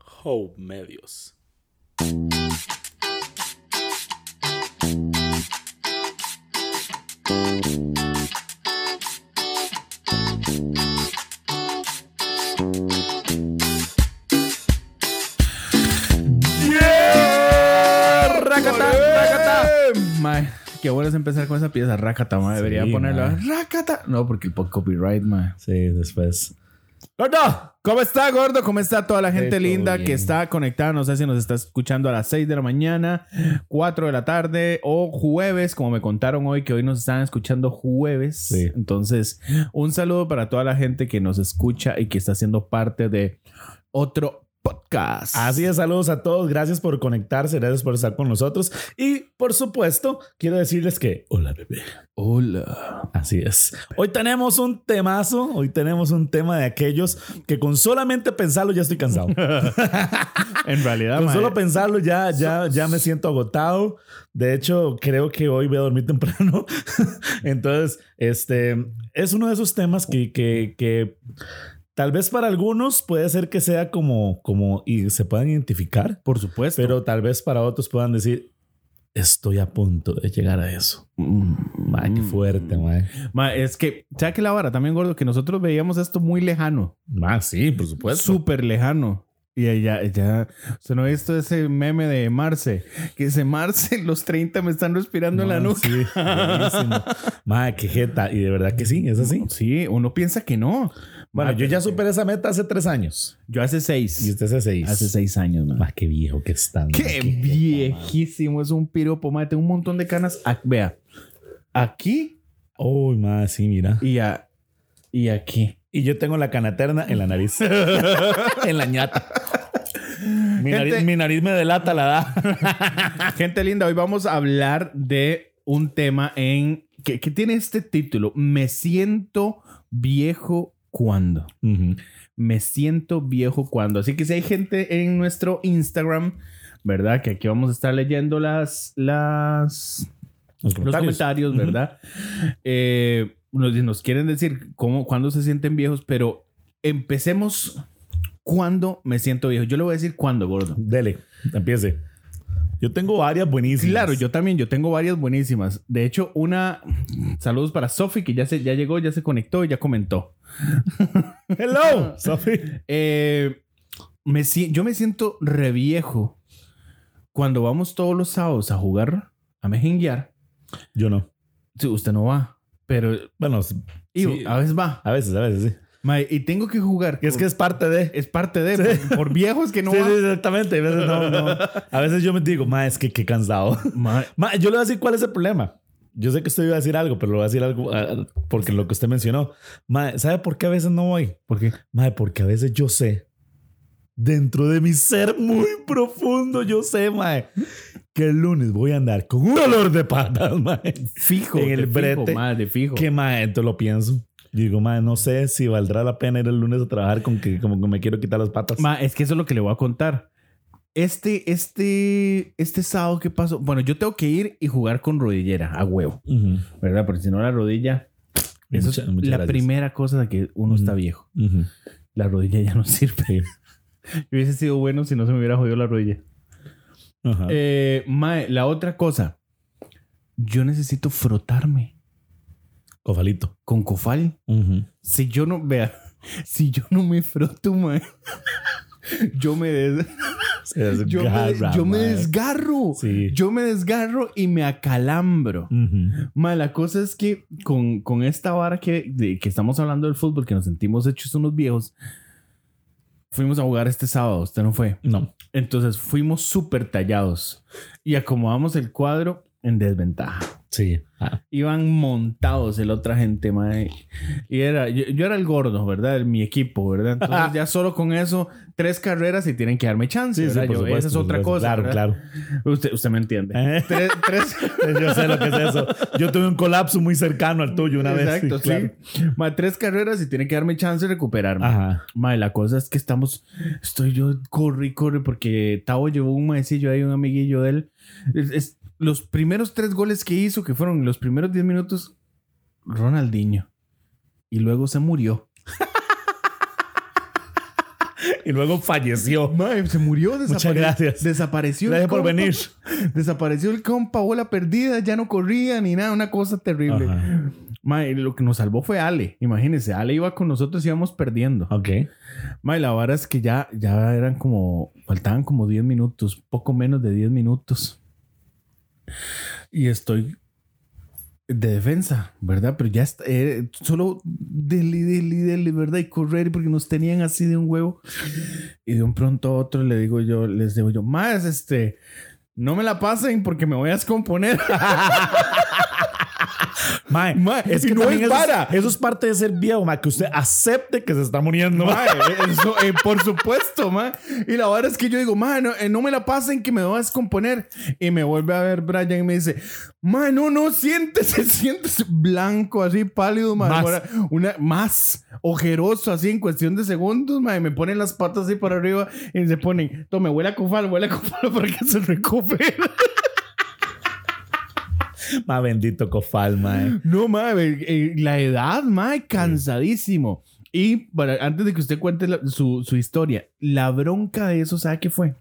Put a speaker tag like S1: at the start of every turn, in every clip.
S1: Hope Medios.
S2: ¡Racata! ¡Racata! Mae, qué bueno es empezar con esa pieza. ¡Racata, mae! Debería
S3: Sí,
S2: ponerla.
S3: mae.
S2: ¡Racata! No, porque el copyright, mae.
S3: Sí, después.
S2: ¡Gordo! ¿Cómo está, gordo? ¿Cómo está toda la gente
S3: todo
S2: linda
S3: bien.
S2: que está conectada? No sé si nos está escuchando a las 6 de la mañana, 4 de la tarde o jueves, como me contaron hoy, que hoy nos están escuchando jueves.
S3: Sí.
S2: Entonces, un saludo para toda la gente que nos escucha y que está siendo parte de otro podcast.
S3: Así es, saludos a todos. Gracias por conectarse, gracias por estar con nosotros. Y por supuesto, quiero decirles que. Hola, bebé.
S2: Hola.
S3: Así es. Hoy tenemos un temazo. Hoy tenemos un tema de aquellos que con solamente pensarlo ya estoy cansado.
S2: En realidad,
S3: Con Pues
S2: mae,
S3: solo pensarlo ya, ya, ya me siento agotado. De hecho, creo que hoy voy a dormir temprano. Entonces, este es uno de esos temas que, que, que tal vez para algunos puede ser que sea como, como y se puedan identificar,
S2: por supuesto.
S3: pero tal vez para otros puedan decir, estoy a punto de llegar a eso. Ma,
S2: Mm.
S3: qué fuerte, man.
S2: Ma, es que, ¿sabes qué la vara? También, gordo, que nosotros veíamos esto muy lejano.
S3: sí, por supuesto.
S2: Súper lejano. Y ya, ya, usted no ha visto ese meme de Marce, que dice Marce, los 30 me están respirando en la nuca.
S3: Sí, buenísimo. Ma, qué jeta. Y de verdad que sí, es así.
S2: Sí, uno piensa que no.
S3: Bueno,
S2: Ma,
S3: yo ya superé esa meta hace tres años.
S2: yo hace
S3: Y
S2: seis.
S3: usted hace seis.
S2: Hace seis años, ma.
S3: Más que viejo que están.
S2: Qué viejísimo es un piropo, ma. Tengo un montón de canas. Ah, vea, aquí
S3: Uy, más, sí, mira.
S2: y, a- y aquí.
S3: Y yo tengo la canaterna en la nariz. en la ñata. Mi nariz,
S2: Gente-
S3: mi nariz me delata la edad.
S2: Gente linda, hoy vamos a hablar de un tema en que, que tiene este título. Me siento viejo cuando. Me siento viejo cuando. Así que si hay gente en nuestro Instagram, ¿verdad? Que aquí vamos a estar leyendo las, las
S3: Los
S2: los
S3: comentarios.
S2: comentarios, ¿verdad? Eh, nos, nos quieren decir cómo, cuándo se sienten viejos, pero empecemos. ¿Cuándo me siento viejo? Yo le voy a decir cuándo, gordo.
S3: Dele, empiece. Yo tengo varias buenísimas.
S2: Claro, yo también, yo tengo varias buenísimas. De hecho, una saludos para Sofi que ya se ya llegó, ya se conectó y ya comentó.
S3: Hello, Sofi.
S2: Eh, me si- yo me siento reviejo cuando vamos todos los sábados a jugar, a mejenguear.
S3: Yo no.
S2: Sí, usted no va, pero
S3: Bueno,
S2: y
S3: Sí.
S2: a veces va.
S3: a veces, a veces sí.
S2: Ma, y tengo que jugar.
S3: Y es que es parte de.
S2: es parte de por, por viejos que no
S3: sí,
S2: van.
S3: sí, exactamente. A veces, no, no. a veces yo me digo, ma, es que qué cansado.
S2: Ma,
S3: Ma, yo le voy a decir cuál es el problema. Yo sé que usted iba a decir algo, pero le voy a decir algo ah, porque lo que usted mencionó. Ma, ¿sabe por qué a veces no voy?
S2: ¿Por qué?
S3: Mae, porque a veces yo sé, dentro de mi ser muy profundo, yo sé, mae, que el lunes voy a andar con un olor de patas, mae.
S2: Fijo,
S3: En el
S2: de
S3: brete.
S2: fijo, ma, de fijo.
S3: Que mae, entonces lo pienso. Yo digo, mae, no sé si valdrá la pena ir el lunes a trabajar con que como que me quiero quitar las patas.
S2: Ma, es que eso es lo que le voy a contar. Este, este, este sábado, ¿qué pasó? Bueno, yo tengo que ir y jugar con rodillera a huevo,
S3: Ujú,
S2: ¿verdad? Porque si no, la rodilla. Eso
S3: Muchas-
S2: es
S3: muchas
S2: la
S3: gracias.
S2: primera cosa de que uno está
S3: Ujú.
S2: viejo.
S3: ujú.
S2: La rodilla ya no sirve. Yo hubiese sido bueno si no se me hubiera jodido la rodilla.
S3: Ajá.
S2: Eh, mae, la otra cosa. Yo necesito frotarme
S3: Cofalito.
S2: con cofal.
S3: Ujú.
S2: Si yo no, vea, si yo no me froto, mae, yo me des-
S3: Se
S2: yo me-
S3: desgarra,
S2: yo me
S3: mae.
S2: desgarro.
S3: Sí.
S2: Yo me desgarro y me acalambro.
S3: Ujú.
S2: Ma, la cosa es que con, con esta vara que, de- que estamos hablando del fútbol, que nos sentimos hechos unos viejos, fuimos a jugar este sábado, usted no fue.
S3: No.
S2: Entonces fuimos súper tallados y acomodamos el cuadro en desventaja.
S3: Sí. Ah,
S2: Iban montados el otra gente, mae. Y era, yo, yo era el gordo, ¿verdad? El- mi equipo, ¿verdad? Entonces ya solo con eso, tres carreras y tienen que darme chance.
S3: sí, sí,
S2: ¿verdad?
S3: por
S2: Yo,
S3: supuesto,
S2: esa es
S3: por
S2: otra
S3: supuesto.
S2: cosa.
S3: Claro,
S2: ¿verdad?
S3: claro.
S2: Usted, usted me entiende.
S3: Eh.
S2: Tres- tres,
S3: Yo sé lo que es eso. Yo tuve un colapso muy cercano al tuyo una
S2: Exacto,
S3: vez. sí, claro.
S2: sí. Ma, tres carreras y tiene que darme chance de recuperarme.
S3: Ajá.
S2: Ma, la cosa es que estamos, estoy yo, corre y corre, porque Tavo llevó un maecillo ahí, un amiguillo de él. Es- es- los primeros tres goles que hizo, que fueron los primeros 10 minutos, Ronaldinho. Y luego se murió.
S3: y luego falleció.
S2: Mae, se murió, desapare-
S3: gracias.
S2: Desapareció. el
S3: Gracias por
S2: compa.
S3: venir.
S2: Desapareció el compa, bola perdida, ya no corría ni nada, una cosa terrible.
S3: Ajá.
S2: Mae, lo que nos salvó fue Ale. Imagínense, Ale iba con nosotros y íbamos perdiendo.
S3: Ok.
S2: Mae, la vara es que ya, ya eran como, faltaban como 10 minutos, poco menos de 10 minutos. Y estoy de defensa, ¿verdad? Pero ya est- eh, solo dele, dele, dele, ¿verdad? Y correr porque nos tenían así de un huevo. Y de un pronto a otro le digo yo, les digo yo, más este, no me la pasen porque me voy a descomponer.
S3: Mae,
S2: Mae,
S3: es
S2: y
S3: que
S2: no
S3: también
S2: es
S3: eso,
S2: vara.
S3: eso es parte de ser viejo, mae, que usted acepte que se está muriendo.
S2: Mae, eso, eh, por supuesto, mae. Y la verdad es que yo digo, mae, no, eh, no me la pasen que me voy a descomponer. Y me vuelve a ver Brian y me dice, mae, no, no, siéntese, siéntese. Blanco, así, pálido, mae.
S3: Más.
S2: Ahora, Una, más ojeroso, así, en cuestión de segundos, mae. Me ponen las patas así para arriba y se ponen, tome, huele a cofal, huele a cofal para que se recupere.
S3: Mae, bendito Cofal, mae.
S2: No, mae, eh, la edad, mae, cansadísimo. Y para- antes de que usted cuente la- su, su historia, la bronca de eso, ¿sabe qué fue?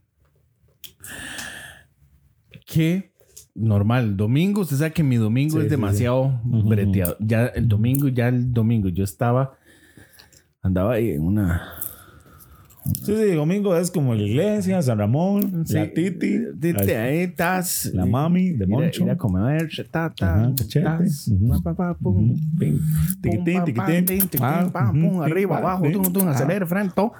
S2: Que, normal, domingo, usted sabe que mi domingo
S3: Sí,
S2: es
S3: sí,
S2: demasiado
S3: Ujú.
S2: breteado. Ya el domingo, ya el domingo, yo estaba, andaba ahí en una...
S3: Sí, sí, domingo es como la iglesia, San Ramón, la Titi,
S2: Titi,
S3: la,
S2: ahí estás.
S3: la mami de
S2: eh, Ir a-
S3: Moncho.
S2: ir a comer, ta, ta,
S3: Ajá, cachete.
S2: tas,
S3: Ujú.
S2: pa, pa, pa, pum, pim,
S3: Tiquitín,
S2: pum, pa,
S3: tiquitín.
S2: pa, tin, tiquitín,
S3: Ah,
S2: pa, pum,
S3: ujú,
S2: arriba,
S3: tin, pa,
S2: abajo,
S3: tin,
S2: tum, tum,
S3: ah.
S2: acelere, freno, todo.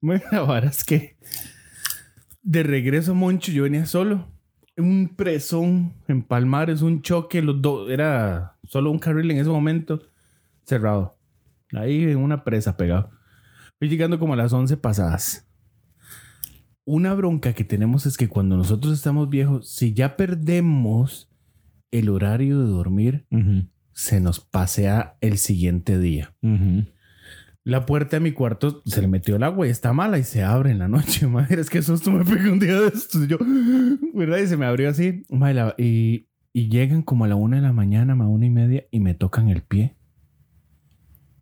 S2: Bueno, la vara es que de regreso a Moncho yo venía solo. Un presón en Palmares, un choque, los dos, era solo un carril en ese momento, cerrado. Ahí en una presa pegado. Fui llegando como a las 11 pasadas. Una bronca que tenemos es que cuando nosotros estamos viejos, si ya perdemos el horario de dormir,
S3: Ujú,
S2: se nos pasea el siguiente día.
S3: ujú.
S2: La puerta de mi cuarto se le metió el agua y está mala y se abre en la noche. Madre, es que susto me pegó un día de estos. Yo, ¿verdad? Y se me abrió así. Madre, la- y, y llegan como a la una de la mañana, más una y media, y me tocan el pie.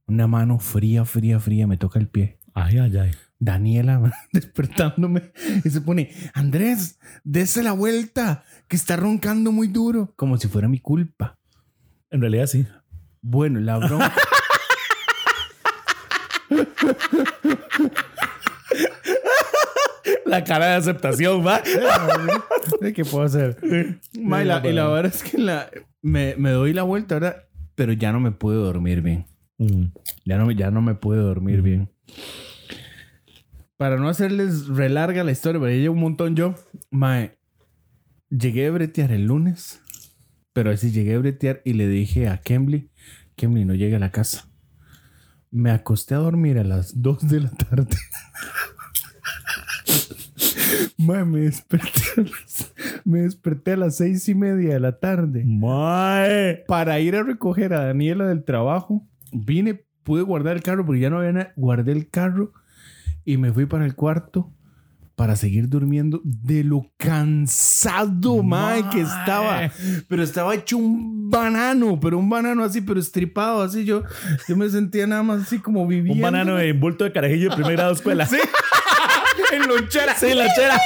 S2: Una mano fría, fría, fría me toca el pie.
S3: Ay, ay, ay.
S2: Daniela despertándome y se pone, Andrés, dese la vuelta, que está roncando muy duro, como si fuera mi culpa.
S3: En realidad sí.
S2: Bueno, la bronca.
S3: La cara de aceptación, va.
S2: ¿Qué puedo hacer? Ma, y la, y la verdad es que la, me, me doy la vuelta, ¿verdad? Pero ya no me pude dormir bien.
S3: Mm.
S2: Ya no, me- ya no me pude dormir bien. Para no hacerles relarga la historia, pero ya llevo un montón yo. Mae, llegué a bretear el lunes, pero así llegué a bretear y le dije a Kemble, Kemble no llega a la casa. Me acosté a dormir a las 2 de la tarde. Mae, me desperté, a las- me desperté a las seis y media de la tarde
S3: Mae.
S2: para ir a recoger a Daniela del trabajo, vine, pude guardar el carro porque ya no había nada, guardé el carro y me fui para el cuarto para seguir durmiendo de lo cansado, mae, que estaba. Pero estaba hecho un banano, pero un banano así, pero estripado, así yo, yo me sentía nada más así como viviendo.
S3: Un banano en bulto de carajillo de primer grado de escuela. Sí. en lonchera. Sí, lonchera.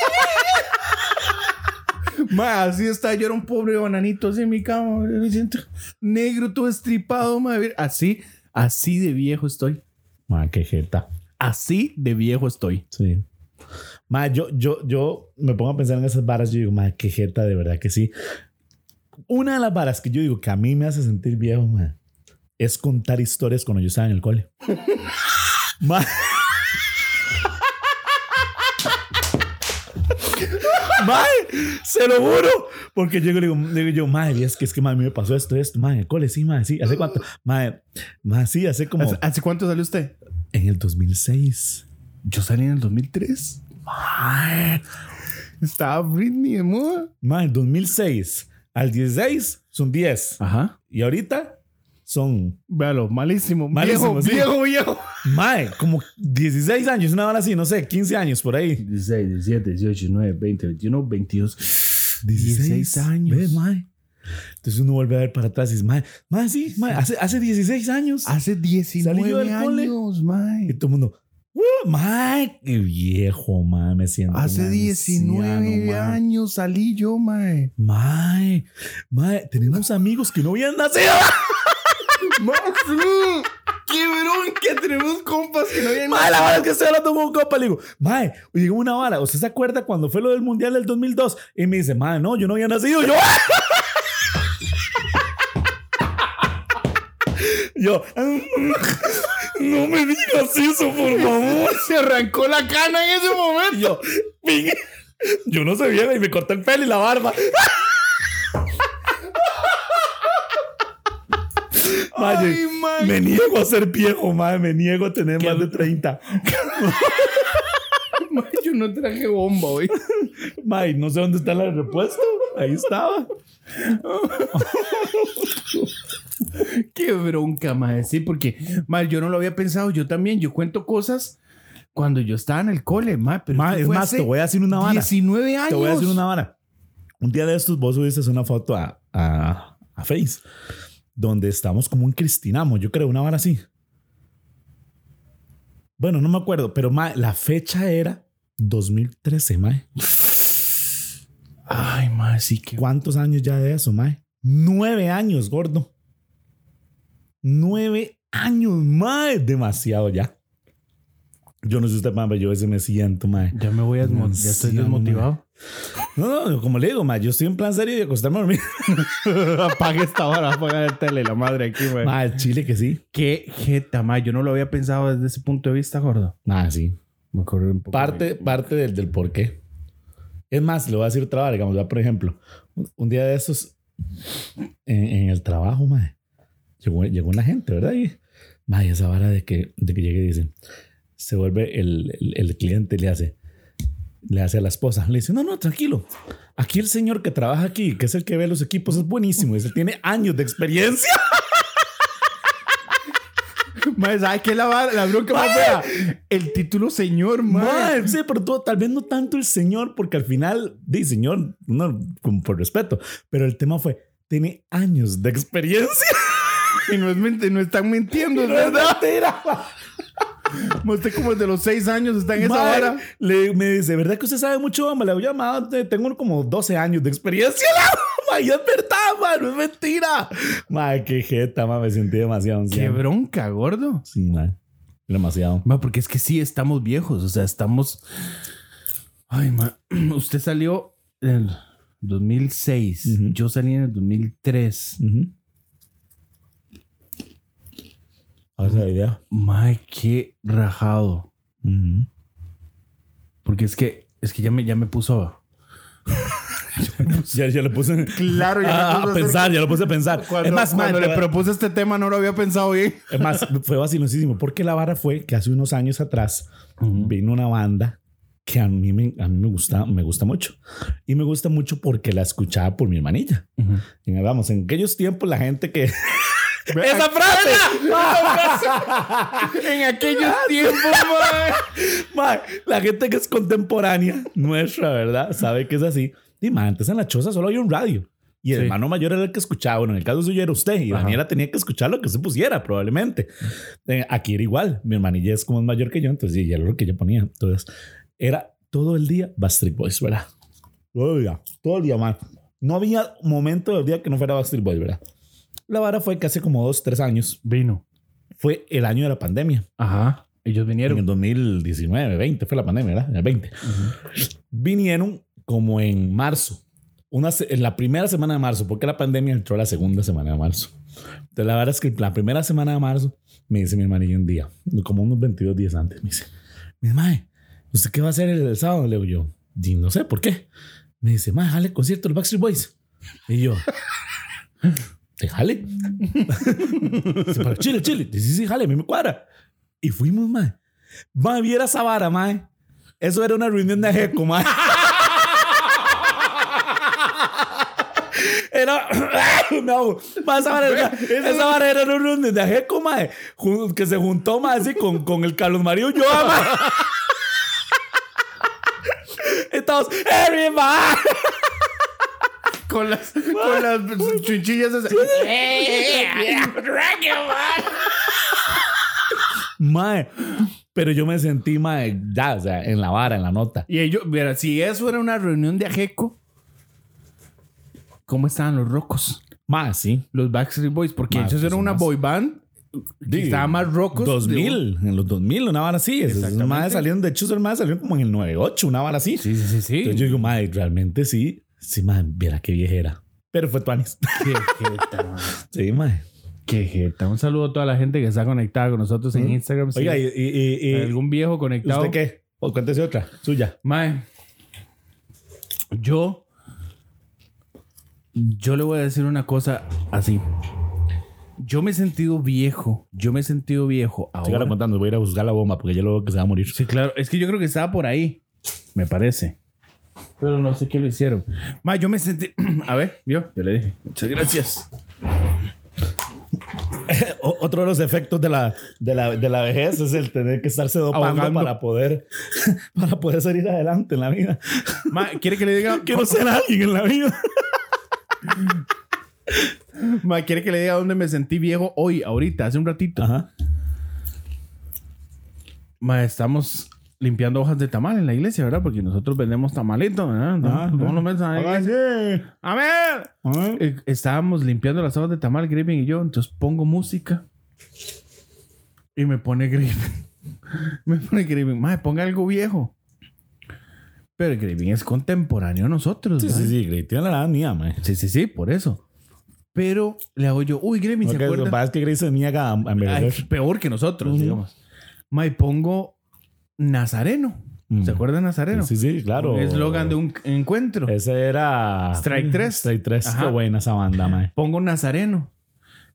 S2: Ma, así está, yo era un pobre bananito así en mi cama, yo me siento negro, todo estripado, ma, así, así de viejo estoy.
S3: Mae, qué jeta.
S2: Así de viejo estoy.
S3: Sí. Ma, yo, yo, yo me pongo a pensar en esas varas. Yo digo, ma, qué jeta, de verdad que sí. Una de las varas que yo digo que a mí me hace sentir viejo, ma, es contar historias cuando yo estaba en el cole. ma. Mae, se lo juro. Porque yo le digo, digo yo, madre, es que es que ma, a mí me pasó esto, esto, madre, el cole, sí, madre, sí, hace cuánto, madre, madre, sí, hace como
S2: ¿Hace, hace cuánto salió usted?
S3: en el 2006.
S2: Yo salí en el 2003.
S3: Mae,
S2: Estaba Britney de moda.
S3: Mae, 2006 al 16 son 10.
S2: Ajá.
S3: Y ahorita son.
S2: Véalo, malísimo.
S3: Malísimo,
S2: viejo,
S3: sí.
S2: viejo, viejo.
S3: Mae, como 16 años, una hora así, no sé, 15 años por ahí.
S2: 16, 17, 18, 19, 20, 21, 22. 16 años.
S3: Ve, mae. Entonces uno vuelve a ver para atrás y dice, mae, mae, sí, mae, hace, hace 16 años.
S2: Hace 19
S3: cole.
S2: años,
S3: Y
S2: mae.
S3: todo el mundo, "Uh, mae, qué viejo, mae, me siento.
S2: Hace
S3: mae,
S2: 19
S3: anciano, ah, mae.
S2: años salí yo, mae.
S3: Mae, mae, tenemos amigos que no habían nacido.
S2: ¡Maxi! uh, ¡Qué bronca! Tenemos compas que no habían...
S3: Mae, la vara es que estoy hablando con un copa. Le digo, Mae, llegó una vara. ¿Usted se acuerda cuando fue lo del mundial del 2002? Y me dice, Mae, no, yo no había nacido. Yo, yo "Mm, no me digas eso, por favor.
S2: Se arrancó la cana en ese momento.
S3: Yo, "Ping". yo no sabía, y me corté el pelo y la barba. Mae,
S2: Ay, mae.
S3: me niego a ser viejo, mae, me niego a tener más de 30.
S2: Mae, Yo no traje bomba hoy.
S3: May, no sé dónde está el repuesto. Ahí estaba.
S2: Qué bronca, mae. Sí, porque, mae, yo no lo había pensado. Yo también, yo cuento cosas cuando yo estaba en el cole, mae. Pero
S3: Mae,
S2: esto
S3: es
S2: fue
S3: más,
S2: hace
S3: te voy a decir una vara.
S2: 19 años.
S3: Te voy a decir una vara. Un día de estos, vos subiste una foto a, a, a Face donde estamos como un cristinamo, yo creo, una vara así. Bueno, no me acuerdo, pero mae, la fecha era 2013, mae.
S2: Ay, mae, sí que...
S3: ¿Cuántos años ya de eso, mae? Nueve años, gordo. Nueve años, mae. Demasiado ya. Yo no sé usted, mae, pero yo a veces me siento, mae.
S2: Ya me voy a... desmo- Ya estoy
S3: Anciano,
S2: desmotivado.
S3: No, no, como le digo, mae, yo estoy en plan serio de acostarme a dormir.
S2: Apaga esta hora, apaga el tele, la madre aquí, mae.
S3: Mae, chile que sí.
S2: Qué jeta, mae. Yo no lo había pensado desde ese punto de vista, gordo.
S3: Mae, sí.
S2: Me acordé un poco.
S3: Parte, parte del, del por qué. Es más, le voy a decir otra vara, digamos, ya, por ejemplo, un- un día de esos en, en el trabajo, mae, llegó, llegó una gente, ¿verdad? Y, mae, esa vara de que, de que llegue y dicen, se vuelve el, el- el cliente, y le hace, le hace a la esposa, le dice, no, no, tranquilo, aquí el señor que trabaja aquí, que es el que ve los equipos, es buenísimo, dice, tiene años de experiencia.
S2: Mae, ¿sabes qué es la, vara- la bronca más fea? El título señor, mae.
S3: Mae, sí, pero tú- tal vez no tanto el señor, porque al final, di señor, no, como por respeto, pero el tema fue, tiene años de experiencia.
S2: Y no, es ment- no están mintiendo, es verdad.
S3: mentira.
S2: Usted como de los seis años está en esa
S3: Mae,
S2: hora.
S3: le- me dice, ¿verdad que usted sabe mucho? Me la voy a llamar, te- tengo como 12 años de experiencia. La mae, y es verdad, mae, no es mentira. Mae, qué jeta, mae, me sentí demasiado
S2: Qué
S3: anciano.
S2: bronca, gordo.
S3: Sí, mae, demasiado.
S2: Ma, porque es que sí, estamos viejos. O sea, estamos. Ay, ma. Usted salió en el 2006.
S3: Ujú.
S2: Yo salí en el 2003.
S3: Ujú. Ahora esa idea.
S2: Ma, qué rajado.
S3: Ujú.
S2: Porque es que, es que ya me, ya me puso.
S3: Ya, ya le puse
S2: Claro,
S3: Ah, a pensar, ya lo puse a pensar. es más, mae, te-
S2: propuse este tema, no lo había pensado bien.
S3: es más, fue vacilosísimo porque la vara fue que hace unos años atrás vino una banda que a mí me, a mí me gusta, me gusta mucho y me gusta mucho porque la escuchaba por mi hermanilla. Y vamos, en aquellos tiempos la gente que esa frase,
S2: En aquellos tiempos, ma.
S3: Mae, la gente que es contemporánea nuestra, ¿verdad? Sabe que es así. Y mae, antes en la choza solo había un radio. Y el
S2: Sí.
S3: hermano mayor era el que escuchaba. Bueno, en el caso suyo era usted. Y
S2: Ajá.
S3: Daniela tenía que escuchar lo que se pusiera, probablemente. Eh, Aquí era igual. Mi hermanilla es como más mayor que yo. Entonces, y era lo que yo ponía. Entonces, era todo el día Backstreet Boys, ¿verdad? Todo el día. Todo el día, mae. No había momento del día que no fuera Backstreet Boys, ¿verdad? La vara fue que hace como dos, tres años.
S2: Vino.
S3: Fue el año de la pandemia.
S2: Ajá. Ellos
S3: En el
S2: vinieron.
S3: 2019, 20, fue la pandemia, ¿verdad? En el 20. Vinieron como en marzo, una, se- en la primera semana de marzo, porque la pandemia entró la segunda semana de marzo. Entonces, la verdad es que la primera semana de marzo me dice mi hermanillo un día, como unos 22 días antes, me dice, mi madre, ¿usted qué va a hacer el, el sábado? Le digo yo, "Di, no sé por qué. Me dice, madre, jale concierto del Backstreet Boys. Y yo, ¿te jale? Dice, "Para Chile, Chile. Dice, sí, sí, jale, a mí me cuadra. Y fuimos, madre. Madre, viera esa vara, madre. Eso era una reunión de ajeco, madre. Era. no, mae, esa vara era, esa vara era una reunión de ajeco, madre. ju- Que se juntó, madre, así con, con el Carlos Mario Ulloa, madre. Estamos. ¡Everybody!
S2: con las, con las chinchillas. esas.
S3: Mae. Pero yo me sentí, mae, ya, o sea, en la vara, en la nota.
S2: Y ellos, mira, si eso era una reunión de Ajeco, ¿cómo estaban los rocos?
S3: Mae, sí.
S2: Los Backstreet Boys, porque
S3: Más,
S2: ellos eran
S3: pues,
S2: una
S3: más.
S2: boy band que
S3: Sí.
S2: estaba más rocos. de-
S3: 2000, en los 2000, una vara así. Esos
S2: Exactamente.
S3: Mae salieron, de hecho, esos mae salieron como en el 98, una vara así.
S2: Sí, sí, sí, sí.
S3: Entonces yo digo, mae, realmente sí. Sí, mae, viera qué vieja era. Pero fue Tuanis.
S2: Qué jeta, man.
S3: Sí, mae.
S2: Qué jeta. Un saludo a toda la gente que está conectada con nosotros en
S3: Ujú.
S2: Instagram. si
S3: Oiga, y, y- y- y-
S2: algún viejo conectado.
S3: ¿usted qué? O cuéntese otra, suya.
S2: Mae, yo, yo le voy a decir una cosa así. Yo me he sentido viejo. Yo me he sentido viejo
S3: Sígala
S2: ahora.
S3: contando, voy a ir a buscar la bomba porque yo lo veo que se va a morir.
S2: Sí, claro. Es que yo creo que estaba por ahí. Me parece. Pero no sé qué lo hicieron. Mae, yo me sentí. a ver, yo, yo le dije. Muchas gracias.
S3: O- otro de los efectos de la, de, la, de la vejez es el tener que estarse dopando
S2: Ahogando.
S3: para poder para poder salir adelante en la vida.
S2: Mae, ¿quiere que le diga?
S3: Quiero ser alguien en la vida.
S2: Mae, ¿quiere que le diga dónde me sentí viejo hoy, ahorita, hace un ratito?
S3: Ajá.
S2: Ma, estamos limpiando hojas de tamal en la iglesia, ¿verdad? Porque nosotros vendemos tamalitos, ¿verdad?
S3: Ah,
S2: Entonces, ¿cómo
S3: ah.
S2: nos venden a la iglesia? A ver. Eh, estábamos limpiando las hojas de tamal, Griffin y yo, entonces pongo música y me pone Griffin. me pone Griffin, madre, ponga algo viejo. Pero Griffin es contemporáneo a nosotros.
S3: Sí,
S2: ¿verdad?
S3: sí, sí, Grey, tiene la edad mía, man.
S2: sí, sí, sí, por eso. Pero le hago yo, uy, Griffin,
S3: Porque
S2: ¿se
S3: lo que
S2: acuerda?
S3: pasa es que Grey se niega a, a
S2: Ay,
S3: envejecer.
S2: peor que nosotros,
S3: Ujú.
S2: digamos. Mae, pongo Nazareno. ¿Se
S3: Ujú.
S2: acuerda de Nazareno?
S3: Mm. Sí, sí, claro.
S2: Un eslogan de un encuentro.
S3: Ese era. Mm,
S2: Strike 3.
S3: Strike 3.
S2: Ajá.
S3: Qué buena esa banda, man.
S2: Pongo Nazareno.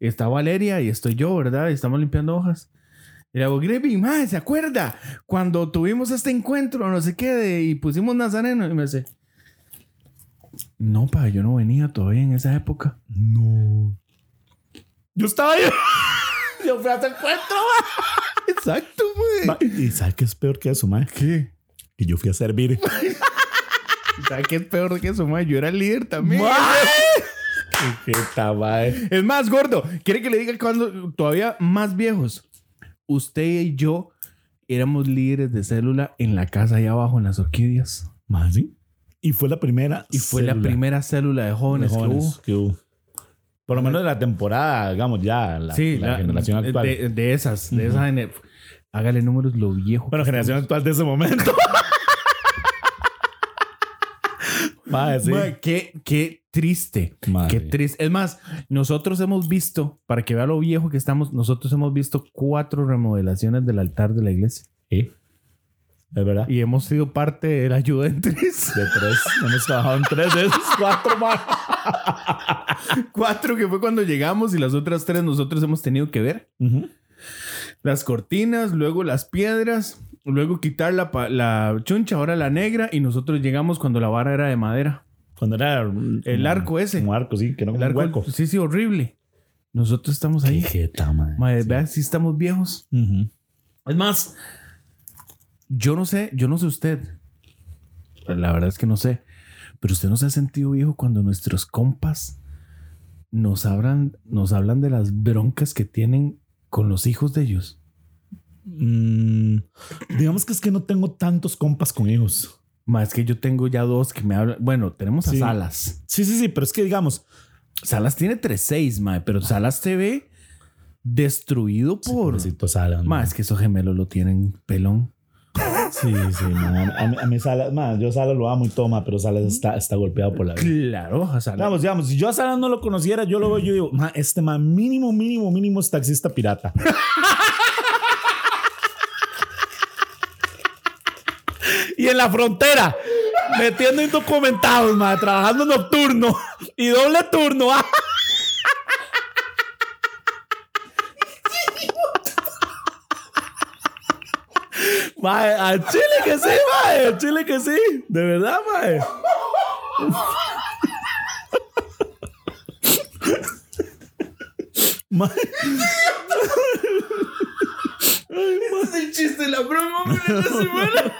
S2: Está Valeria y estoy yo, ¿verdad? Y estamos limpiando hojas. Y le hago, Grevy, madre, ¿se acuerda? Cuando tuvimos este encuentro, no sé qué, de- y pusimos Nazareno. Y me dice, no, pa, yo no venía todavía en esa época.
S3: No. Yo estaba ahí.
S2: Yo fui a este encuentro, Exacto,
S3: Ma,
S2: güey.
S3: ¿Y sabes qué es peor que eso, man?
S2: ¿Qué?
S3: Que yo fui a servir.
S2: ¿Sabes qué es peor que eso, madre? Yo era el líder también.
S3: ¡Qué tabae!
S2: Es más gordo. ¿Quiere que le diga cuando todavía más viejos? Usted y yo éramos líderes de célula en la casa allá abajo, en las orquídeas.
S3: Más sí. Y fue la primera.
S2: Y fue la
S3: célula
S2: primera célula de
S3: de
S2: jóvenes,
S3: jóvenes
S2: que hubo.
S3: que hubo. Por lo menos de la temporada, digamos, ya. La,
S2: sí,
S3: la
S2: la-
S3: generación
S2: de-
S3: actual.
S2: De, esas, de esas. gener- Hágale números lo viejo.
S3: Bueno, generación actual de ese momento. Más sí.
S2: Ma, qué, qué triste.
S3: Ma,
S2: Qué
S3: sí.
S2: triste. Es más, nosotros hemos visto, para que vea lo viejo que estamos, nosotros hemos visto cuatro remodelaciones del altar de la iglesia.
S3: Sí. Es verdad.
S2: Y hemos sido parte del ayudantes.
S3: De tres. Hemos trabajado en tres de esos cuatro más.
S2: Cuatro que fue cuando llegamos y las otras tres nosotros hemos tenido que ver. Las cortinas, luego las piedras, luego quitar la, pa- la chuncha, ahora la negra y nosotros llegamos cuando la vara era de madera.
S3: Cuando era. El
S2: El arco ese.
S3: Un arco, sí, que no
S2: El
S3: como un
S2: arco,
S3: hueco.
S2: sí, sí, horrible. Nosotros estamos ahí.
S3: Jeta, madre.
S2: Madre, vea, sí estamos viejos.
S3: Ujú.
S2: Es más, yo no sé, yo no sé usted. La verdad es que no sé. Pero usted no se ha sentido viejo cuando nuestros compas nos hablan, nos hablan de las broncas que tienen con los hijos de ellos.
S3: Mm, digamos que es que no tengo tantos compas con hijos.
S2: Más que yo tengo ya dos que me hablan. Bueno, tenemos a
S3: Sí.
S2: Salas.
S3: Sí, sí, sí, pero es que digamos,
S2: Salas tiene 3-6, mae, pero Salas se ve destruido por.
S3: pobrecito Salas,
S2: Mae,
S3: man.
S2: es que esos gemelos lo tienen pelón.
S3: Sí, sí, man. A, mí- a mí Salas, man, yo a Salas lo amo y toma, pero Salas está, está golpeado por la vida.
S2: Claro, a Salas.
S3: Digamos, digamos, si yo a Salas no lo conociera, yo lo veo y yo digo, "Ma, este man mínimo, mínimo, mínimo es taxista pirata. y en la frontera, metiendo indocumentados, man, trabajando nocturno y doble turno. ah. Mae, al chile que sí, mae, al chile que sí, de verdad, mae. Mae,
S2: Es el chiste, la broma, la semana.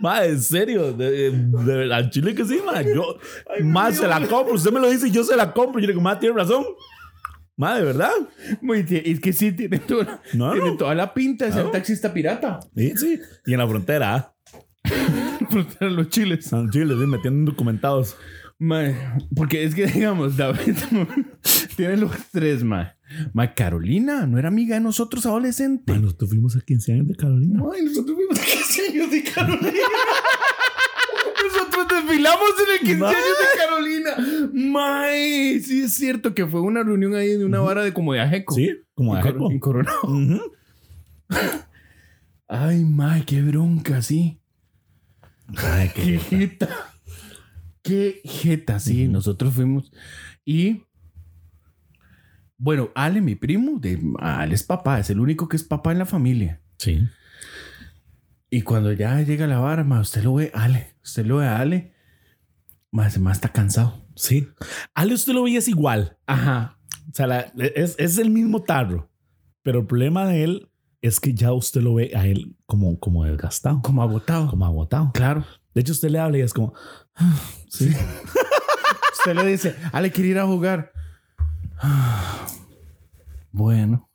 S3: Madre, en serio. De, de, de- al chile que sí, madre. Yo, madre, se la compro. Usted me lo dice y yo se la compro. Yo le digo, madre, tiene razón. Madre, ¿verdad?
S2: Muy bien, es que sí, tiene toda,
S3: No,
S2: tiene
S3: no.
S2: toda la pinta de ser taxista pirata.
S3: Sí, sí. Y en la frontera, ¿ah?
S2: Por tener los chiles.
S3: San Chile, sí, metiendo documentados.
S2: Mae, porque es que, digamos, David tiene los tres, ma. Ma, Carolina no era amiga de nosotros adolescentes.
S3: Madre, nosotros fuimos a 15 años de Carolina.
S2: Ay, nosotros fuimos 15 años de Carolina. Nosotros desfilamos en el 15 años de Carolina. Mae, sí es cierto que fue una reunión ahí de una vara de como de ajeco.
S3: Sí, como de
S2: En Cor-
S3: Jaco.
S2: en Coronado.
S3: Ujú.
S2: Ay, mae, qué bronca, sí.
S3: Ay, qué-
S2: Qué jeta. Qué jeta, sí. Nosotros fuimos. Y. Bueno, Ale, mi primo, de, Ale es papá, es el único que es papá en la familia.
S3: Sí.
S2: Y cuando ya llega la vara, ma, usted lo ve, Ale, usted lo ve a Ale, más, más está cansado.
S3: Sí. Ale, usted lo veía es igual.
S2: Ajá.
S3: O sea, la- es, es el mismo tarro. Pero el problema de él es que ya usted lo ve a él como, como desgastado,
S2: Como agotado.
S3: como agotado.
S2: Claro.
S3: De hecho, usted le habla y es como, "Ah, sí.
S2: Usted le dice, Ale, quiere ir a jugar. Bueno.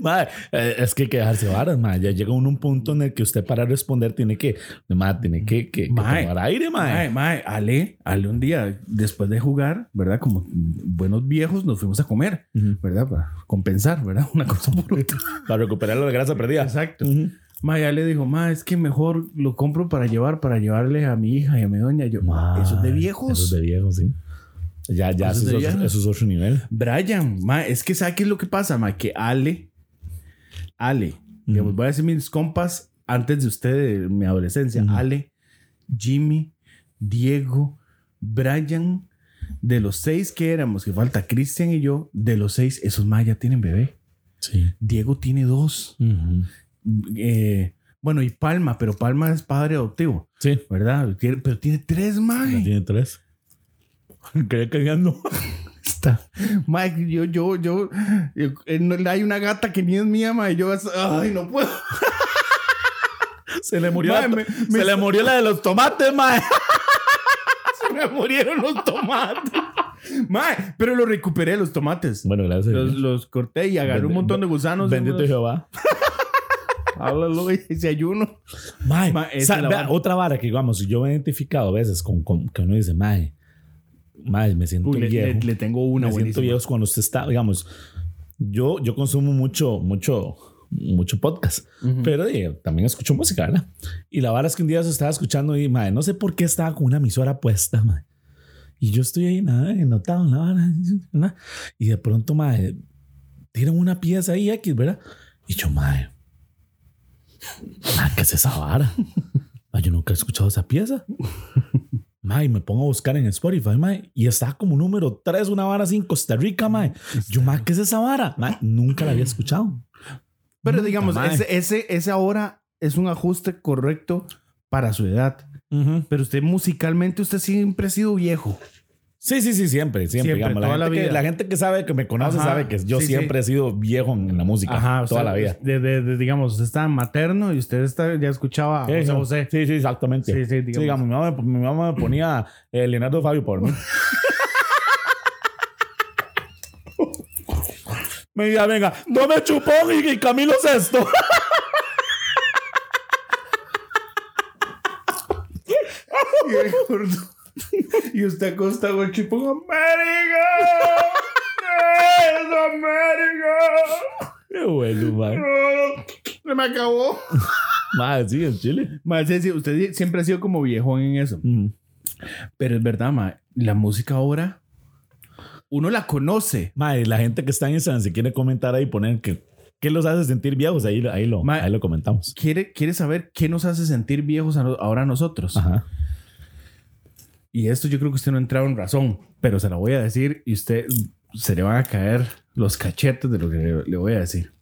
S3: Madre, eh, es que hay que dejarse varas, madre. Ya llega uno a un punto en el que usted para responder tiene que, madre, tiene que, que, que
S2: Madre.
S3: tomar aire, madre.
S2: Mae, mae, Ale, Ale un día, después de jugar, ¿verdad? Como buenos viejos, nos fuimos a comer,
S3: Ujú.
S2: ¿verdad? Para compensar, ¿verdad? Una cosa por otra.
S3: Para recuperar la grasa perdida.
S2: Exacto.
S3: Ujú.
S2: Mae, Ale dijo, mae, es que mejor lo compro para llevar, para llevarle a mi hija y a mi doña. Yo,
S3: Madre,
S2: eso es de viejos.
S3: Eso es de viejos, sí. Ya, ya, eso
S2: Eso es
S3: es,
S2: de
S3: otro,
S2: viejos.
S3: eso es otro nivel.
S2: Brian, ma, es que ¿sabes qué es lo que pasa, ma? Que Ale, Ale, digamos, voy a decir mis compas antes de usted, de mi adolescencia,
S3: Ujú.
S2: Ale, Jimmy, Diego, Brian, de los seis que éramos, que falta Cristian y yo, de los seis, esos más ya tienen bebé.
S3: Sí.
S2: Diego tiene dos.
S3: Ujú.
S2: Eh, bueno, y Palma, pero Palma es padre adoptivo,
S3: Sí.
S2: ¿verdad? Tiene- pero tiene tres más.
S3: Ya tiene tres. Quería cagando.
S2: Está. Mike, yo, yo, yo, yo- eh, no, hay una gata que ni es mía, ma, y yo, es- ay, no puedo.
S3: Se le murió,
S2: Mae,
S3: la,
S2: me-
S3: se
S2: me-
S3: le murió la de los tomates, mae.
S2: Se me murieron los tomates. Mae, pero lo recuperé, los tomates.
S3: Bueno, gracias.
S2: Los, los corté y agarré un
S3: Bende-
S2: montón de gusanos.
S3: Bendito
S2: Unos-
S3: Jehová.
S2: Háblalo y se ayuno.
S3: Mae,
S2: Mae, esa
S3: o sea,
S2: es la
S3: vea,
S2: vara.
S3: otra vara que, digamos, yo me he identificado a veces con, con- que uno dice, mae, mae, me siento
S2: Uy, le,
S3: viejo.
S2: le- le tengo una
S3: me siento
S2: buenísima.
S3: viejos cuando usted está, digamos, yo, yo consumo mucho, mucho, mucho podcast,
S2: Ujú.
S3: pero eh, también escucho música, ¿verdad? Y la vara es que un día se estaba escuchando y, madre, no sé por qué estaba con una emisora puesta, madre. Y yo estoy ahí, nada, enotado en la vara, ¿verdad? Y de pronto, madre, tiran una pieza ahí, X, ¿verdad? Y yo, madre, madre, ¿qué es esa vara? Mae, yo nunca he escuchado esa pieza. Mae, y me pongo a buscar en Spotify, mae, y está como número 3, una vara así en Costa
S2: Mm,
S3: Rica, mae. Yo, mae, ¿qué es esa vara? Mae, nunca la había escuchado.
S2: Pero digamos,
S3: Mae.
S2: ese, ese, ese ahora es un ajuste correcto para su edad. Pero usted musicalmente, usted siempre ha sido viejo.
S3: Sí, sí, sí, siempre, siempre.
S2: Siempre,
S3: digamos.
S2: toda
S3: la,
S2: la
S3: gente
S2: vida.
S3: Que, la gente que sabe, que me conoce,
S2: Ajá,
S3: sabe que yo
S2: sí,
S3: siempre he sido viejo en, en la música.
S2: Ajá, o
S3: toda
S2: sea,
S3: la vida.
S2: de- de- de- digamos, usted estaba materno y usted está- ya escuchaba pues,
S3: Sí,
S2: a José
S3: sí.
S2: José.
S3: Sí, sí, exactamente.
S2: Sí, sí,
S3: Sí,
S2: digamos.
S3: digamos, mi, mamá, mi mamá me ponía eh, Leonardo Fabio por mí. me decía, venga, tome chupón y, y Camilo Sexto.
S2: y usted acosta con chipón América. ¡Es América!
S3: Qué bueno, man.
S2: Se me acabó.
S3: Madre, sí, en Chile.
S2: Ma, sí, sí, usted siempre ha sido como viejón en eso.
S3: Mm.
S2: Pero es verdad, ma, la música ahora, uno la conoce.
S3: Madre, la gente que está en Instagram, si quiere comentar ahí, poner que, ¿qué los hace sentir viejos? Ahí, lo- ahí, lo,
S2: Ma-
S3: ahí lo comentamos.
S2: Quiere, quiere saber qué nos hace sentir viejos a no- ahora a nosotros.
S3: Ajá.
S2: Y esto yo creo que usted no ha entrado en razón, pero se la voy a decir y usted se le van a caer los cachetes de lo que le, le voy a decir.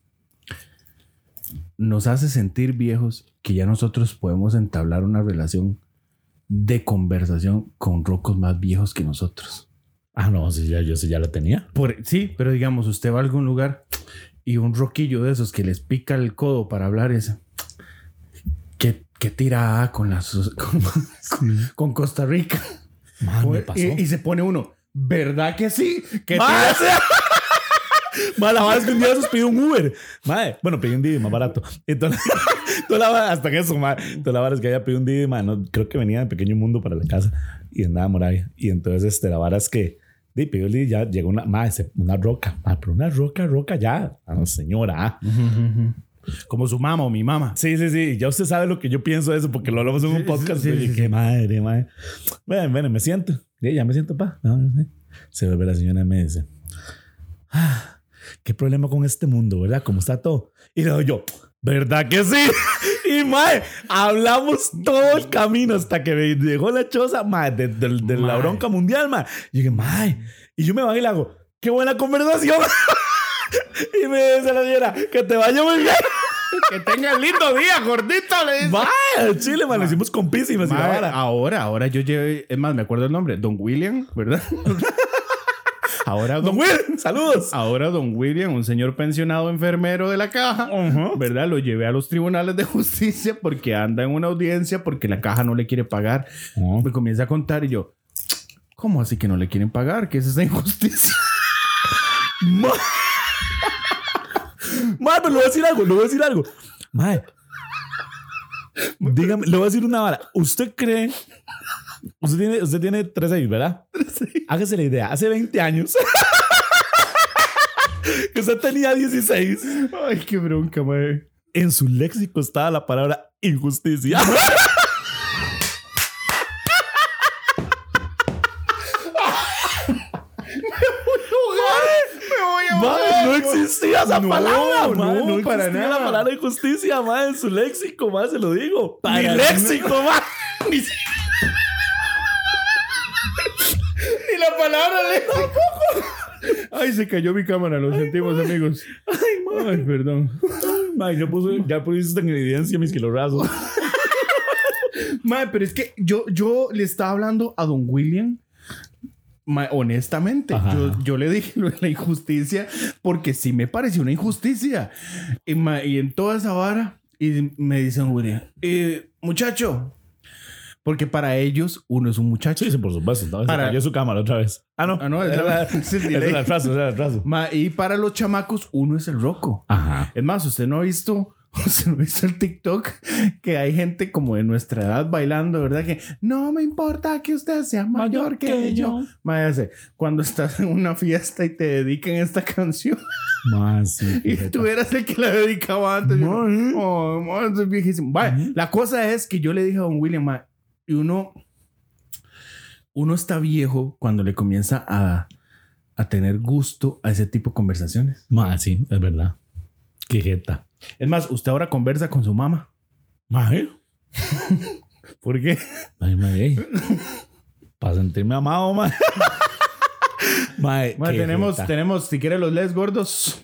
S2: Nos hace sentir viejos que ya nosotros podemos entablar una relación de conversación con rocos más viejos que nosotros.
S3: Ah, no, sí, ya, yo sí ya lo tenía.
S2: Por, sí, pero digamos, usted va a algún lugar y un roquillo de esos que les pica el codo para hablar es... ¿Qué, qué tirada con, las, con, con- con Costa Rica.
S1: Man, me
S2: Y-
S1: pasó.
S2: Y, se pone uno, ¿verdad que sí? ¿Qué
S3: Mae, Mae, la verdad es que un día se pidió un Uber. Mae, bueno, pedí un Didi más barato. Entonces, toda la vara- hasta que eso, mae. Toda la vara es que había pedido un Didi, mae, no, creo que venía de pequeño mundo para la casa y andaba a Moravia. Y entonces, este, la vara es que, di, pidió el Didi, ya llegó una, mae, se- una roca, mae, pero una roca, roca ya. Ah, no, señora, ah.
S2: Como su mamá o mi mamá.
S3: Sí, sí, sí. Ya usted sabe lo que yo pienso de eso porque lo hablamos en un podcast. pues,
S2: sí,
S3: y yo,
S2: sí,
S3: qué madre, madre. Bueno, bueno, me siento. Ya, ya me siento, pa. No, no sé. Se vuelve la señora y me dice, "Ah, qué problema con este mundo, ¿verdad? ¿Cómo está todo? Y le digo yo, ¿verdad que sí? Y mae, hablamos todo el camino hasta que me llegó la choza, mae, de, de- de la
S2: Mae.
S3: bronca mundial, mae. Y dije, mae. Y yo me bajé y le hago, qué buena conversación. y me dice la señora, que te vaya muy bien.
S2: Que tenga lindo día, gordito, le dice.
S3: Vaya, Chile, man, lo hicimos compísimas y la
S2: Mae,
S3: vara.
S2: ahora, ahora yo llevé, es más, me acuerdo el nombre, Don William, ¿verdad? ahora
S3: Don
S2: don,
S3: Will, saludos.
S2: ahora don William, un señor pensionado enfermero de la caja,
S3: Ujú.
S2: ¿verdad? Lo llevé a los tribunales de justicia porque anda en una audiencia porque la caja no le quiere pagar. Me comienza a contar y yo, ¿cómo así que no le quieren pagar? ¿Qué es esa injusticia?
S3: Ma- Mae, pero le voy a decir algo, le voy a decir algo. Mae. Dígame, le voy a decir una vara. ¿Usted cree? Usted tiene, usted tiene tres ahí, ¿verdad? Hágase la idea. Hace 20 años. que usted tenía 16.
S2: Ay, qué bronca, madre.
S3: En su léxico estaba la palabra injusticia.
S2: Me voy a
S3: Madre, no existía esa
S2: No,
S3: palabra, madre,
S2: no,
S3: no,
S2: para
S3: existía
S2: nada.
S3: la palabra injusticia, madre, en su léxico, madre, se lo digo.
S2: Para
S3: Mi
S2: nada.
S3: léxico, madre.
S2: Ni la palabra le Ay, se cayó mi cámara, lo sentimos, amigos. Ay, perdón.
S3: Madre, yo puse, ya pusiste en evidencia mis kilorrazos.
S2: Mae, pero es que yo, yo le estaba hablando a don William. mae, honestamente,
S3: Ajá.
S2: yo, yo le dije lo de la injusticia porque sí me pareció una injusticia. Y, mae, y en toda esa vara, y me dice don William, "Eh, muchacho, porque para ellos uno es un muchacho.
S3: Sí, sí, por supuesto. ¿no? Se
S2: Para-
S3: cayó su cámara otra vez. Ah, no.
S2: Ah, no, es la- es el
S3: Ese
S2: delay.
S3: el atraso, ese era el atraso.
S2: Mae, y para los chamacos uno es el roco.
S3: Ajá.
S2: Es más, usted no ha visto, usted no ha visto el TikTok que hay gente como de nuestra edad bailando, ¿verdad? Que no me importa que usted sea mayor que, yo. Mae, hace, cuando estás en una fiesta y te dedican esta canción
S3: Madre, sí.
S2: y
S3: fíjate.
S2: tú eras el que la dedicaba antes. yo,
S3: Mae.
S2: "Oh, mae, eso es viejísimo. Mae,
S3: Ujú.
S2: la cosa es que yo le dije a don William, mae, y uno, uno está viejo cuando le comienza a, a tener gusto a ese tipo de conversaciones.
S3: Madre, sí, es verdad. Qué jeta.
S2: Es más, usted ahora conversa con su mamá.
S3: Madre.
S2: ¿Por qué?
S3: Ay, madre. Para sentirme amado, madre. Madre,
S2: Bueno,
S3: qué
S2: tenemos,
S3: jeta.
S2: tenemos, si quieres los lees gordos,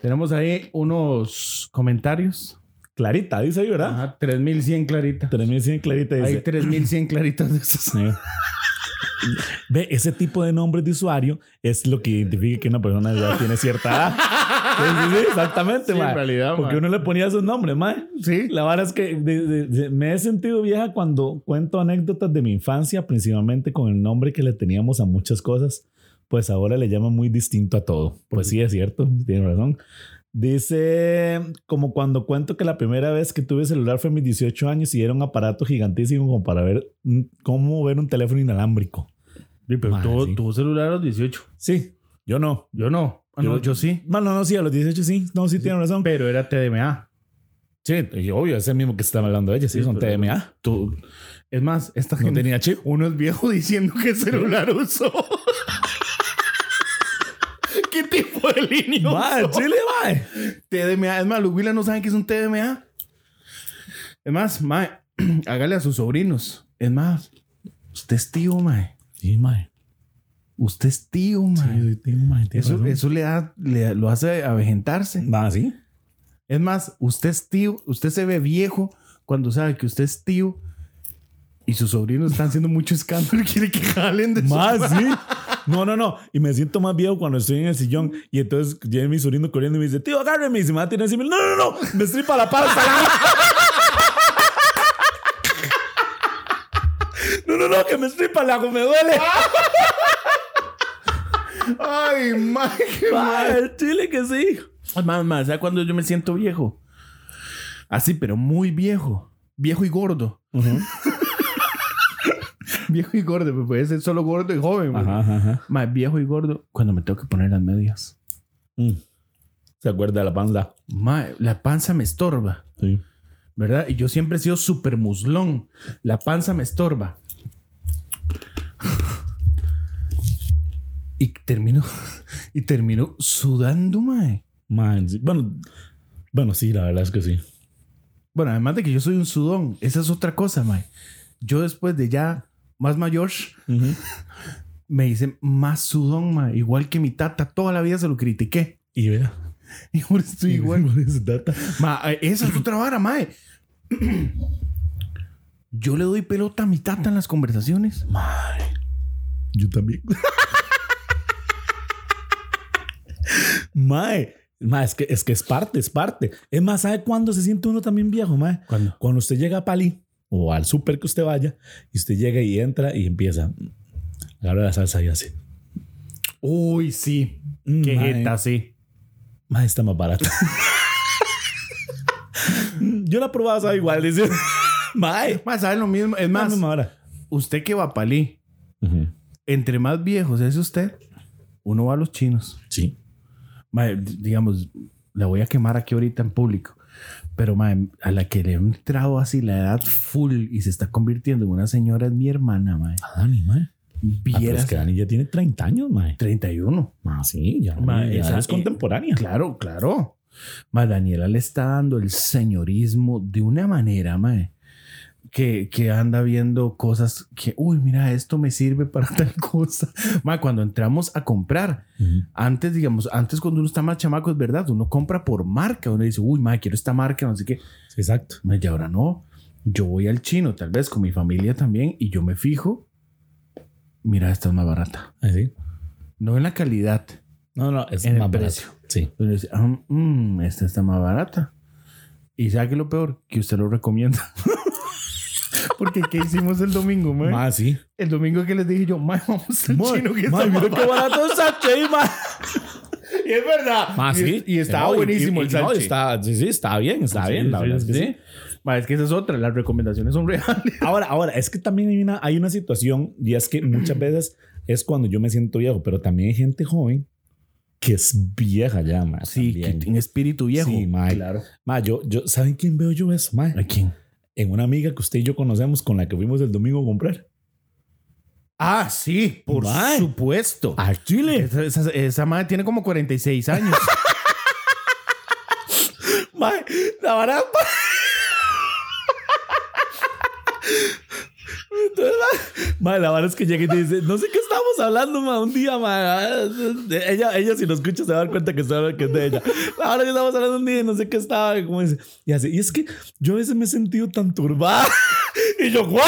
S2: tenemos ahí unos comentarios.
S3: Clarita, dice ahí, ¿verdad?
S2: Ajá, 3100 claritas.
S3: 3100 Clarita
S2: Hay
S3: dice.
S2: 3100 claritas de esas.
S3: Sí. Ve, ese tipo de nombres de usuario es lo que identifica que una persona ya tiene cierta edad. Sí, sí, sí, exactamente,
S2: Sí, en
S3: mae.
S2: realidad,
S3: Porque
S2: mae.
S3: uno le ponía esos nombres, mae.
S2: Sí.
S3: La verdad es que de- de- de- me he sentido vieja cuando cuento anécdotas de mi infancia, principalmente con el nombre que le teníamos a muchas cosas, pues ahora le llama muy distinto a todo. Pues sí, es cierto, tiene razón. Dice, como cuando cuento que la primera vez que tuve celular fue a mis 18 años y era un aparato gigantísimo como para ver mm, cómo ver un teléfono inalámbrico.
S2: pero
S3: Madre,
S2: tuvo,
S3: sí.
S2: tuvo celular a los 18.
S3: Sí, yo no.
S2: Yo no. Ah,
S3: Yo-
S2: no, yo sí.
S3: Bueno, no, sí, a los 18 sí. No, sí, tiene razón.
S2: Pero era TDMA.
S3: Sí, y obvio, es el mismo que estaba hablando ella, sí,
S2: Sí,
S3: son
S2: pero-
S3: TMA.
S2: Tú- Es más, esta
S3: No
S2: gente.
S3: tenía chip.
S2: Uno es viejo diciendo que celular usó. ¿Qué tipo de línea?
S3: Mae,
S2: usó?
S3: chile, mae.
S2: TDMA. Es más, los Willas no saben qué es un TDMA. Es más, mae, hágale a sus sobrinos. Es más, usted es tío, mae.
S3: Sí, mae.
S2: Usted es tío, mae. eso eso le da, le- lo hace avejentarse.
S3: Va, sí.
S2: Es más, usted es tío, usted se ve viejo cuando sabe que usted es tío y sus sobrinos están haciendo mucho escándalo y quiere que jalen de su-
S3: Más, sí. No, no, no. Y me siento más viejo cuando estoy en el sillón. Y entonces viene mi sobrino corriendo y me dice, tío, agárreme. Y se me va a tirar encima. No, no, no. Me estripa la pata. no, no, que me estoy palago, me duele.
S2: Ay, man, qué
S3: Ah, el chile que sí.
S2: Más, más, ¿sabes cuando yo me siento viejo? Así, pero muy viejo. Viejo y gordo. Viejo y gordo, pues puede ser solo gordo y joven. pues. güey.
S3: Ajá, ajá.
S2: Más viejo y gordo cuando me tengo que poner las medias.
S3: Mm. Se acuerda de la panza.
S2: Mae, la panza me estorba,
S3: Sí.
S2: ¿verdad? Y yo siempre he sido súper muslón. La panza me estorba. Y termino, y termino sudando, mae.
S3: Man, sí. Bueno, bueno, sí, la verdad es que sí.
S2: Bueno, además de que yo soy un sudón, esa es otra cosa, mae. Yo después de ya más mayor,
S3: Ujú.
S2: me hice más sudón, mae. Igual que mi tata, toda la vida se lo critiqué.
S3: Y vea.
S2: Y ahora estoy igual.
S3: por esa data.
S2: Ma, eh, esa es otra vara, mae. Yo le doy pelota a mi tata en las conversaciones.
S3: Yo también. mae, mae, es que, es que es parte, es parte. Es más, ¿sabe cuándo se siente uno también viejo, mae?
S2: ¿Cuándo?
S3: Cuando usted llega a Pali o al súper que usted vaya y usted llega y entra y empieza. Agarra la salsa y hace.
S2: Uy, sí.
S3: Mm,
S2: Qué
S3: mae.
S2: jeta, sí.
S3: Mae, está más barata. Yo la probaba, sabe igual. Dice, mae,
S2: Más, ¿saben lo mismo? Es
S3: más.
S2: más, usted que va a Palí, entre más viejos es usted, uno va a los chinos.
S3: Sí.
S2: Mae, d- digamos, la voy a quemar aquí ahorita en público. Pero, mae, a la que le he entrado así la edad full y se está convirtiendo en una señora es mi hermana, mae.
S3: A Dani, mae. Ah, pero es
S2: Vieras
S3: que Dani ya tiene 30 años, mae.
S2: 31.
S3: Ah, sí, ya,
S2: Ma,
S3: ya
S2: esa-
S3: es contemporánea.
S2: Claro, claro. Ma, Daniela le está dando el señorismo de una manera, mae, que, que anda viendo cosas que, uy, mira, esto me sirve para tal cosa. Ma, cuando entramos a comprar,
S3: Ujú.
S2: antes, digamos, antes cuando uno está más chamaco, es verdad, uno compra por marca, uno dice, uy, mae, quiero esta marca, no sé qué.
S3: Sí, exacto.
S2: Ma, y ahora no, yo voy al chino, tal vez con mi familia también, y yo me fijo, mira, esta es más barata.
S3: Así.
S2: No en la calidad,
S3: No, no, es
S2: En el
S3: más barato.
S2: precio.
S3: Sí.
S2: Pero dice, ah, mm, esta está más barata. Y sabe que lo peor, que usted lo recomienda. Porque ¿qué hicimos el domingo, mae?
S3: Más, sí.
S2: El domingo que les dije yo, mae, vamos al
S3: Mae,
S2: chino que
S3: mae,
S2: está más
S3: mira qué
S2: barato".
S3: barato el sachet, mae.
S2: Y es verdad.
S3: Más,
S2: y,
S3: sí.
S2: y estaba
S3: No, y-
S2: buenísimo
S3: y-
S2: el
S3: y no,
S2: sándwich.
S3: está, sí, sí, está bien, está
S2: Sí,
S3: bien, la
S2: sí,
S3: verdad es que
S2: sí.
S3: sí.
S2: Mae, es que esa es otra, las recomendaciones son reales.
S3: Ahora, ahora, es que también hay una, hay una situación y es que muchas veces es cuando yo me siento viejo, pero también hay gente joven que es vieja ya, mae.
S2: Sí, que
S3: también.
S2: tiene espíritu viejo.
S3: Sí, mae.
S2: Claro.
S3: Mae, yo, yo, ¿saben quién veo yo eso, mae?
S2: ¿A quién?
S3: En una amiga que usted y yo conocemos con la que fuimos el domingo a comprar.
S2: Ah, sí, por
S3: Mae.
S2: supuesto.
S3: ¡A Chile!
S2: Ah, Esa, esa, esa mae tiene como 46 años.
S3: Mae, la barata. Entonces, mae, mae, la verdad es que llega y te dice, no sé qué estamos hablando, mae, un día, mae. ah, Ella, ella si lo escucha se va a dar cuenta que, sabe que es de ella. Ahora que estamos hablando un día, y no sé qué estaba, y como dice. Y así, y es que yo a veces me he sentido tan turbada. Y yo, ¿what?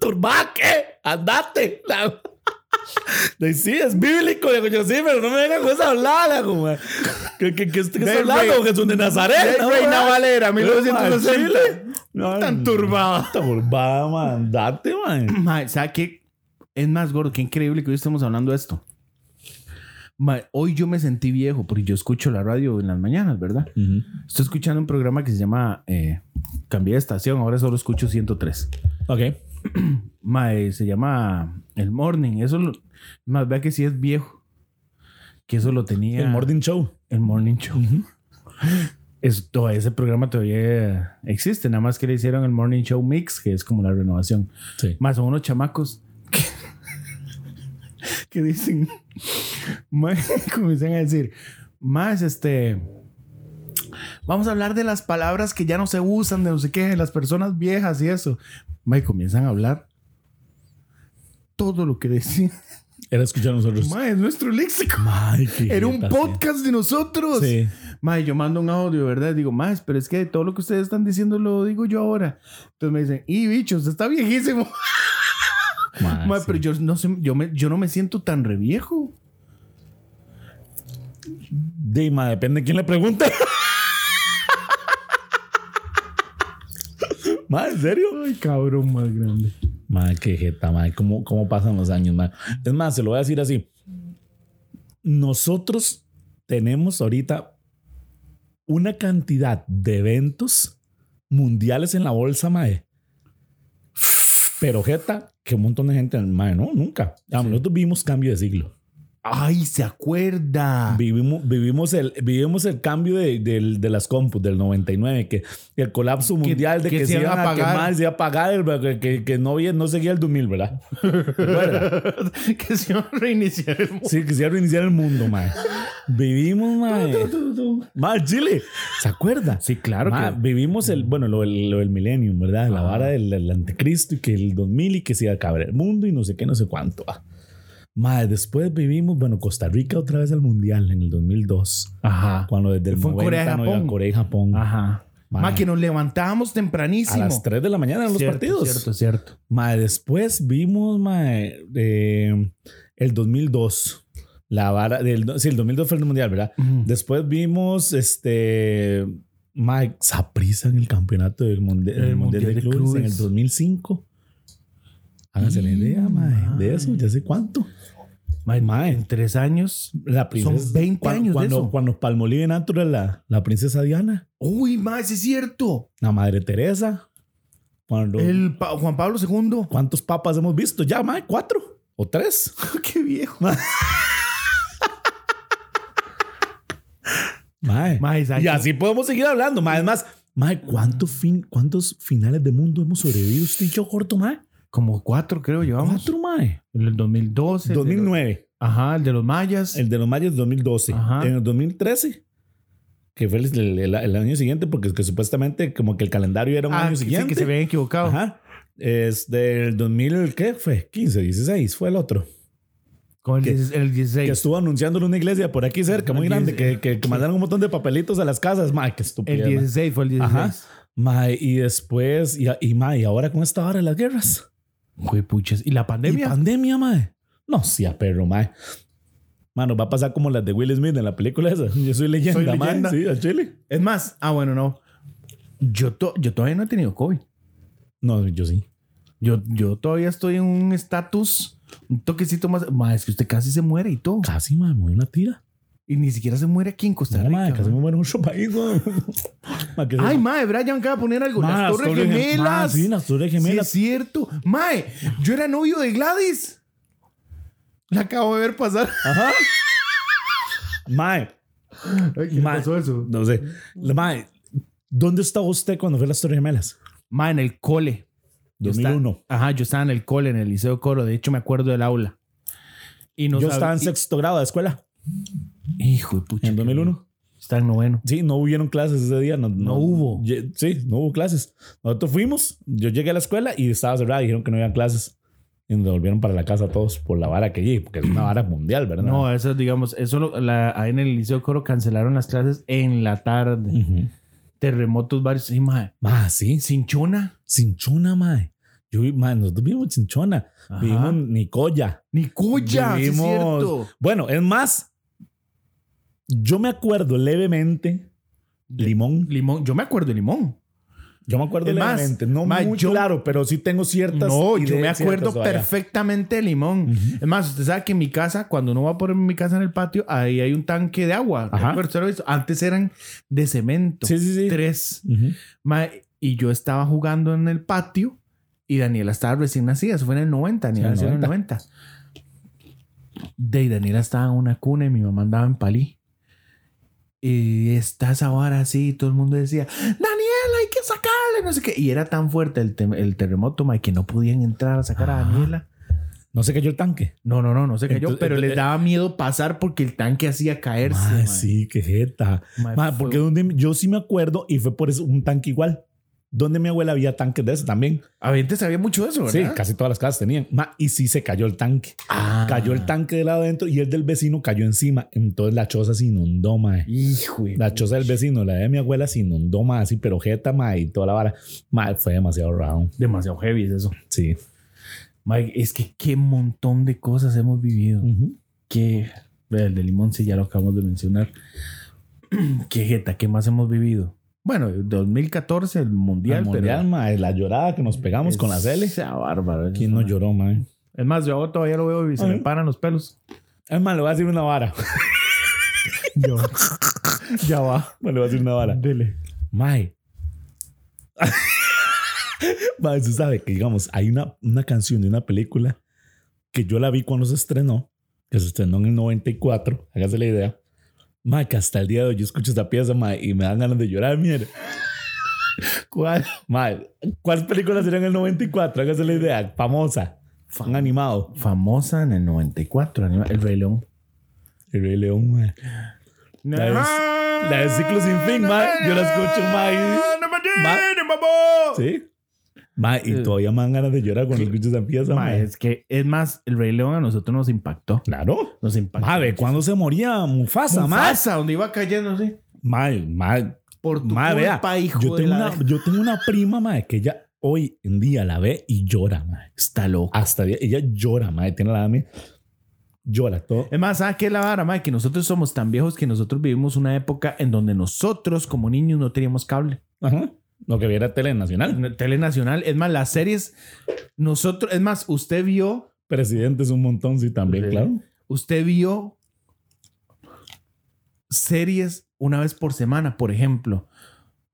S3: ¿Turbada qué? Andate. La- Y sí, es bíblico. Digo, yo sí, pero no me vengan con esa hablada, como, ¿Qué, qué, qué, qué
S2: Del
S3: estás hablando?
S2: rey-
S3: Jesús de Nazaret.
S2: Del
S3: ¿no,
S2: Reina
S3: mae?
S2: Valera, 1960.
S3: No,
S2: Tan
S3: no,
S2: turbada.
S3: Tan turbada, man. Date, man.
S2: Mae, ¿sabe qué? Es más gordo, qué increíble que hoy estamos hablando de esto. Mae, hoy yo me sentí viejo porque yo escucho la radio en las mañanas, ¿verdad? Estoy escuchando un programa que se llama eh, Cambié de estación, ahora solo escucho 103.
S3: Ok.
S2: Mae, se llama El Morning. Eso lo- más vea que sí es viejo. Que eso lo tenía
S3: El Morning Show.
S2: el morning Show. Es- todo ese programa todavía existe, nada más que le hicieron el Morning Show Mix, que es como la renovación.
S3: Sí.
S2: Más son unos chamacos que, que dicen, mae, comienzan a decir, más este, vamos a hablar de las palabras que ya no se usan, de no sé qué, de las personas viejas y eso. Mae, comienzan a hablar todo lo que decían.
S3: Era escuchar a nosotros.
S2: Mae, es nuestro léxico.
S3: Mae, qué
S2: Era un
S3: jeta, sí.
S2: podcast de nosotros.
S3: Sí.
S2: Mae, yo mando un audio, ¿verdad? Digo, más, pero es que todo lo que ustedes están diciendo lo digo yo ahora. Entonces me dicen, y bicho, usted está viejísimo.
S3: Mae,
S2: Mae,
S3: sí.
S2: pero yo no, sé, yo, me- yo no me siento tan reviejo.
S3: De, mae, depende de quién le pregunte. mae, ¿en serio?
S2: Ay, cabrón más grande.
S3: Madre, qué jeta, madre. ¿Cómo, ¿Cómo pasan los años, madre? Es más, se lo voy a decir así. Nosotros tenemos ahorita una cantidad de eventos mundiales en la bolsa, mae. Pero jeta, que un montón de gente, mae, no, nunca. Ah, Nosotros vimos cambio de siglo.
S2: Ay, se acuerda.
S3: Vivimos, vivimos, el, vivimos el cambio de, del- de las compus del 99, que el colapso mundial de
S2: que
S3: que,
S2: se
S3: se,
S2: iban
S3: iban
S2: a
S3: a,
S2: apagar.
S3: quemar, se iba a apagar, que, que- que no, había- no seguía el 2000, ¿verdad? ¿Te acuerdas?
S2: que se va a reiniciar el mundo.
S3: Sí, quisiera reiniciar el mundo, mae. Vivimos, mae. Mae, Chile. ¿Se acuerda?
S2: Sí, claro
S3: Ma,
S2: que- Ah.
S3: Vivimos el, bueno, lo, del- lo del millennium, ¿verdad? La
S2: Ajá.
S3: vara del, del anticristo y que el 2000 y que se iba a acabar el mundo y no sé qué, no sé cuánto. ah. Mae, después vivimos, bueno, Costa Rica otra vez al mundial en el 2002.
S2: Ajá.
S3: Cuando desde el
S2: Fue en
S3: 90
S2: Corea y
S3: no
S2: Japón. Ah,
S3: iba a Corea y Japón.
S2: Ajá.
S3: Ma.
S2: Ma, que nos levantábamos
S3: a
S2: tempranísimo.
S3: las 3 de la mañana en los
S2: Cierto,
S3: partidos.
S2: Cierto, cierto.
S3: Ma, después vimos ma, eh, el 2002. La vara del sí, el 2002 fue el mundial, ¿verdad? Después vimos este Mike Saprisa en el campeonato del, munde-
S2: El
S3: del Mundial de clubes, en el 2005. Háganse la
S2: Y,
S3: idea, mae,
S2: mae.
S3: de eso, ya sé cuánto.
S2: Ma,
S3: Ma.
S2: En tres años.
S3: La princesa,
S2: Son 20
S3: cuan-
S2: años de
S3: cuando,
S2: eso.
S3: Cuando Palmolive Natural, la, la princesa Diana,
S2: Uy, más es cierto.
S3: la madre Teresa. Cuando,
S2: El pa- Juan Pablo II.
S3: ¿Cuántos papas hemos visto ya, mae? ¿Cuatro o tres?
S2: Oh, Qué viejo.
S3: Mae.
S2: Ma, es
S3: Y
S2: años.
S3: así podemos seguir hablando, mae. Es más, mae, ¿cuántos, fin, ¿cuántos finales de mundo hemos sobrevivido usted y yo, corto, mae?
S2: Como cuatro, creo, llevamos.
S3: Cuatro, mae.
S2: El del 2012. el de los-
S3: 2009.
S2: ajá, el de los mayas.
S3: El de los mayas 2012.
S2: Ajá.
S3: En el 2013, que fue el, el- el- el año siguiente, porque que supuestamente como que el calendario era un
S2: Ah,
S3: año
S2: que sí,
S3: siguiente.
S2: que se habían equivocado.
S3: Ajá. Es del 2000, ¿qué fue? 15, 16, fue el otro.
S2: Con el,
S3: Que-
S2: diez- el
S3: Que
S2: 16.
S3: estuvo anunciando en una iglesia por aquí cerca, muy
S2: El
S3: grande,
S2: diez-
S3: que, que- que mandaron un montón de papelitos a las casas. Mae, qué
S2: eh, El
S3: estupidez. mae.
S2: 16 fue el 16.
S3: Ajá. Mae, y después, y, y, mae, y ahora con esta hora de las guerras.
S2: Güey, puches. ¿Y la
S3: Pandemia.
S2: pandemia?
S3: pandemia, mae. No, sí, a perro, mae. Mano, va a pasar como las de Will Smith en la película esa. Yo soy leyenda,
S2: Soy
S3: mae.
S2: leyenda.
S3: Sí, al chile.
S2: es más, ah, bueno, no. Yo, to- yo todavía no he tenido COVID.
S3: No, yo sí.
S2: Yo, yo todavía estoy en un estatus, un toquecito más. Ma, es que usted casi se muere y todo.
S3: Casi, madre, me morí una tira.
S2: Y ni siquiera se muere aquí en Costa
S3: No,
S2: Rica.
S3: madre, casi
S2: ma.
S3: me muero en otro país, madre. Madre, que se-
S2: Ay, mae, Brian acaba de poner algo.
S3: Madre,
S2: las Torres
S3: torres gem-
S2: Gemelas.
S3: madre, Sí, las torres
S2: Sí,
S3: gemelas.
S2: es cierto. Mae, yo era novio de Gladys. La acabo de ver pasar.
S3: Ajá. Madre,
S2: Ay,
S3: Ma-
S2: eso?
S3: no sé. La- Madre, ¿dónde estaba usted cuando fue las torres gemelas?
S2: Mae, en el cole. Yo
S3: 2001.
S2: estaba- ajá, yo estaba en el cole, en el Liceo Coro. De hecho, me acuerdo del aula. Y no
S3: Yo
S2: sab-
S3: estaba en
S2: y-
S3: sexto grado de escuela.
S2: Hijo de pucha.
S3: En 2001.
S2: Está en noveno.
S3: Sí, no hubieron clases ese día. No,
S2: hubo.
S3: Ye- Sí, no hubo clases. Nosotros fuimos, yo llegué a la escuela y estaba cerrada. Dijeron que no habían clases. Y nos devolvieron para la casa todos por la vara que llegué, porque es una vara mundial, ¿verdad?
S2: No, eso digamos, eso lo- la- ahí en el Liceo Coro cancelaron las clases en la tarde.
S3: Ujú.
S2: Terremotos varios. Sí, mae.
S3: Ma, sí, sí.
S2: Cinchona.
S3: Cinchona, mae. Yo, vi- ma, nosotros vimos en Cinchona.
S2: Ajá.
S3: Vimos en Nicoya.
S2: Nicoya, sí es
S3: Vivimos-
S2: cierto.
S3: Bueno, es más, yo me acuerdo levemente. Limón.
S2: Limón, yo me acuerdo de Limón.
S3: Yo me acuerdo
S2: Es más,
S3: levemente. no
S2: ma,
S3: muy
S2: yo-
S3: claro, pero sí tengo ciertas.
S2: No, yo
S3: ideas,
S2: me
S3: ciertas Mm.
S2: acuerdo
S3: varas.
S2: perfectamente de Limón.
S3: Ujú.
S2: Es más, usted sabe que en mi casa, cuando uno va a poner mi casa en el patio, ahí hay un tanque de agua.
S3: Ajá.
S2: Pero usted lo ha visto. Antes eran de cemento.
S3: Sí, sí, sí.
S2: Tres.
S3: Ujú.
S2: Ma, y yo estaba jugando en el patio y Daniela estaba recién nacida. Eso fue en el 90. Daniela
S3: Sí,
S2: nació en el 90. De ahí Daniela estaba en una cuna y mi mamá andaba en palí. Y está esa vara así y todo el mundo decía, Daniela, hay que sacarle, no sé qué. Y era tan fuerte el, tem- el terremoto, ma, que no podían entrar a sacar a
S3: Ah.
S2: Daniela.
S3: No se cayó el tanque.
S2: No, no, no, no se cayó,
S3: Entonces-
S2: pero les
S3: entonces-
S2: daba miedo pasar porque el tanque hacía caerse.
S3: Ay,
S2: ma.
S3: sí, qué jeta.
S2: Ma,
S3: Ma,
S2: fue-
S3: porque donde, yo sí me acuerdo y fue por eso un tanque igual. Donde mi abuela había tanques de ese también.
S2: A ver, antes sabía mucho de eso,
S3: Sí,
S2: ¿verdad?
S3: casi todas las casas tenían. Ma, y sí se cayó el tanque.
S2: Ah.
S3: Cayó el tanque de lado adentro y el del vecino cayó encima. Entonces la choza se inundó, mae.
S2: Hijo. de
S3: La choza del vecino, la de mi abuela se inundó, mae, así, pero jeta, mae, y toda la vara. Mae, fue demasiado round.
S2: Demasiado heavy es eso.
S3: Sí.
S2: Mike, es que qué montón de cosas hemos vivido.
S3: Ujú.
S2: Que el de limón, sí, ya lo acabamos de mencionar. Qué jeta, qué más hemos vivido. Bueno, 2014, el mundial.
S3: El mundial,
S2: pero
S3: mae, la llorada que nos pegamos con la L.
S2: Esa bárbaro.
S3: ¿Quién no lloró, mae?
S2: Es más, yo ahora todavía lo veo y se
S3: Ay.
S2: me paran los pelos.
S3: Es más, le voy a decir una vara.
S2: Yo. ya va.
S3: Mae, le voy a decir una vara.
S2: Dele.
S3: Mae. mae, usted sabe que, digamos, hay una, una canción de una película que yo la vi cuando se estrenó, que se estrenó en el 94, hágase la idea. Mae, que hasta el día de hoy yo escucho esta pieza, mae, y me dan ganas de llorar, mierda.
S2: ¿Cuál?
S3: Mae, ¿cuál película sería en el 94? Hágase la idea, famosa, fan animado.
S2: Famosa en el 94, anima- El Rey León.
S3: El Rey León, mae. La del- la del ciclo sin fin, mae. Yo la escucho, mae. Sí. Mae, y
S2: Sí.
S3: todavía me dan ganas de llorar cuando escucho esa pieza,
S2: Ma,
S3: mae.
S2: es que, es más, el Rey León a nosotros nos impactó.
S3: Claro.
S2: Nos impactó.
S3: Madre, ¿cuándo se moría Mufasa, madre?
S2: Mufasa, donde iba cayendo, sí.
S3: Madre, madre.
S2: Por tu
S3: Madre, vea.
S2: culpa, hijo
S3: Yo
S2: de
S3: tengo,
S2: la-
S3: una, yo tengo una prima, madre, que ella hoy en día la ve y llora, madre.
S2: Está loco.
S3: Hasta día- ella llora, madre. Tiene la edad mía. Llora todo.
S2: Es más, ¿sabes qué es la vara, mae? Que nosotros somos tan viejos que nosotros vivimos una época en donde nosotros, como niños, no teníamos cable.
S3: Ajá. Lo que viera Tele Nacional.
S2: Telenacional. Es más, las series... Nosotros... Es más, usted vio...
S3: Presidente es un montón, sí, también,
S2: Sí.
S3: claro.
S2: Usted vio... Series una vez por semana, por ejemplo.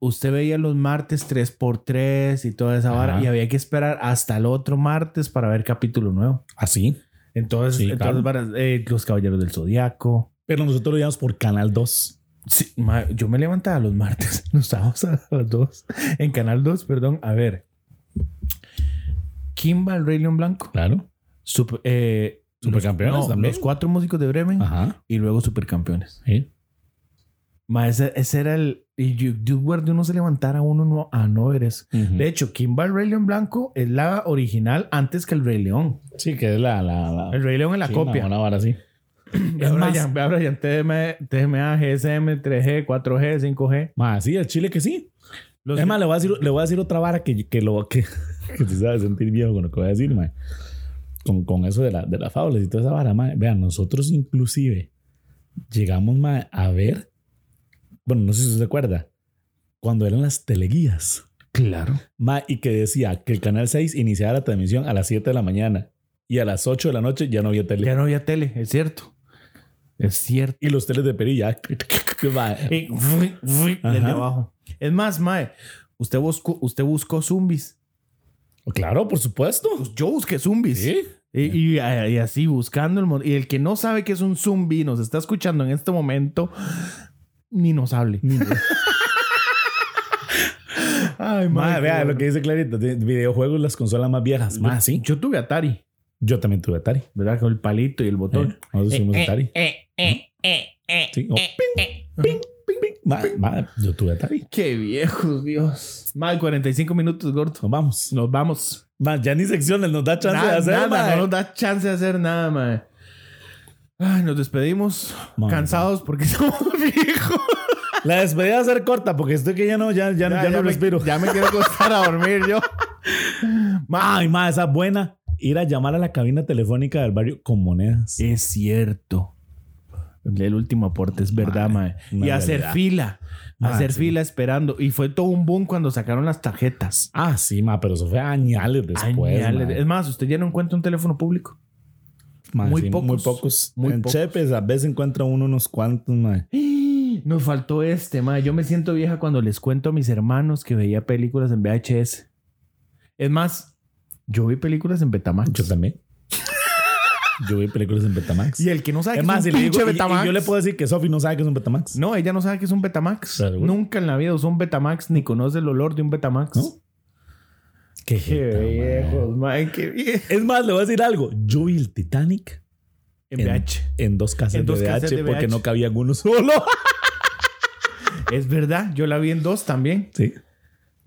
S2: Usted veía los martes 3x3 y toda esa vara.
S3: Ajá.
S2: Y había que esperar hasta el otro martes para ver capítulo nuevo.
S3: Así.
S2: Entonces,
S3: Sí,
S2: entonces
S3: claro.
S2: varas, eh, Los Caballeros del Zodiaco...
S3: Pero nosotros lo veíamos por Canal 2.
S2: Sí, ma- yo me levantaba los martes, los sábados a las 2, en Canal 2, perdón, a ver. Kimba, el Rey León Blanco.
S3: Claro.
S2: Sup- eh,
S3: Supercampeones
S2: los, no,
S3: también. Ah.
S2: Los cuatro músicos de Bremen
S3: Ajá.
S2: y luego Supercampeones.
S3: Sí.
S2: Ma, ese, ese era el... Y yo, yo guardé uno se levantara uno no, a no ver eso. De hecho, Kimba, el Rey León Blanco es la original antes que el Rey León.
S3: Sí, que es la. la, la-
S2: El Rey León es la
S3: sí,
S2: copia.
S3: Una vara así.
S2: Ve a
S3: Es más-
S2: Brian, ve a Brian, TM, TMA, GSM, 3G, 4G, 5G.
S3: Madre, sí, el Chile que sí.
S2: Los-
S3: Es más, le voy a decir, le voy a decir otra vara que, que lo que, que te sabe sentir viejo con lo que voy a decir, mae. Con, con eso de, la, de las fábulas y toda esa vara, mae. Vean, nosotros inclusive llegamos, mae, a ver. Bueno, no sé si usted se acuerda. Cuando eran las teleguías.
S2: claro.
S3: Mae, y que decía que el canal 6 iniciaba la transmisión a las 7 de la mañana y a las 8 de la noche ya no había tele.
S2: Ya no había tele, es cierto. Es cierto.
S3: Y los teles de perilla. mae.
S2: Y fui, fui,
S3: Ajá.
S2: desde abajo. Es más, Mae, usted buscó, usted buscó zumbis.
S3: Claro, por supuesto.
S2: Pues yo busqué zumbis.
S3: Sí.
S2: Y, y- y así buscando el mon- Y el que no sabe que es un zumbi y nos está escuchando en este momento, ni nos hable. Ay,
S3: Madre,
S2: qué
S3: vea lo
S2: bueno.
S3: que dice Clarita. de- Videojuegos, las consolas más viejas. Más, sí.
S2: Yo tuve Atari,
S3: Yo también tuve Atari.
S2: ¿verdad? Con el palito y el botón.
S3: Eh,
S2: Pues
S3: Nosotros tuvimos Atari. Sí.
S2: oh.
S3: o ping, ping, ping, ping. Ma- ma- yo tuve Atari.
S2: Qué viejos, Dios. Mae, 45 minutos, Gordo.
S3: Nos vamos.
S2: Nos vamos.
S3: Ma, ya ni secciones nos da chance de
S2: nada,
S3: hacer.
S2: nada,
S3: ma.
S2: no nos da chance de hacer nada, mae. Ay, nos despedimos
S3: Mae.
S2: cansados porque somos viejos.
S3: La despedida va a ser corta porque estoy que ya no, ya, ya, ya, no
S2: me,
S3: respiro.
S2: Ya me quiero acostar a dormir yo. Mae,
S3: Ay, ma, esa buena. Ir a llamar a la cabina telefónica del barrio con monedas.
S2: es cierto. El último aporte es verdad, mae.
S3: una
S2: Y hacer
S3: realidad.
S2: fila.
S3: Mae,
S2: hacer
S3: sí.
S2: fila esperando. Y fue todo un boom cuando sacaron las tarjetas.
S3: Ah, sí, ma, pero eso fue añales después.
S2: Añale-
S3: ma.
S2: es más, usted ya no encuentra un teléfono público.
S3: Ma,
S2: muy
S3: sí,
S2: pocos.
S3: Muy pocos.
S2: Muy
S3: en
S2: pocos.
S3: Chepes a veces encuentra uno unos cuantos, ma.
S2: Nos faltó este, ma. Yo me siento vieja cuando les cuento a mis hermanos que veía películas en VHS. Es más, yo vi películas en Betamax.
S3: Yo también. yo vi películas en Betamax.
S2: Y el que no sabe
S3: Es más, y
S2: que es un
S3: le digo-
S2: pinche
S3: y- y
S2: Betamax.
S3: yo le puedo decir que Sofi no sabe que es un Betamax.
S2: No, ella no sabe que es un Betamax.
S3: Claro, güey.
S2: Nunca en la vida usó un Betamax ni conoce el olor de un Betamax.
S3: ¿No? Qué
S2: Qué
S3: jeta,
S2: viejos,
S3: man.
S2: man, qué viejo.
S3: Es más, le voy a decir algo. Yo vi el Titanic
S2: En
S3: En-
S2: VH.
S3: en dos casas
S2: En dos
S3: de,
S2: cassettes
S3: VH
S2: de
S3: porque
S2: VH.
S3: no cabía uno solo.
S2: Es verdad, yo la vi en dos también.
S3: Sí.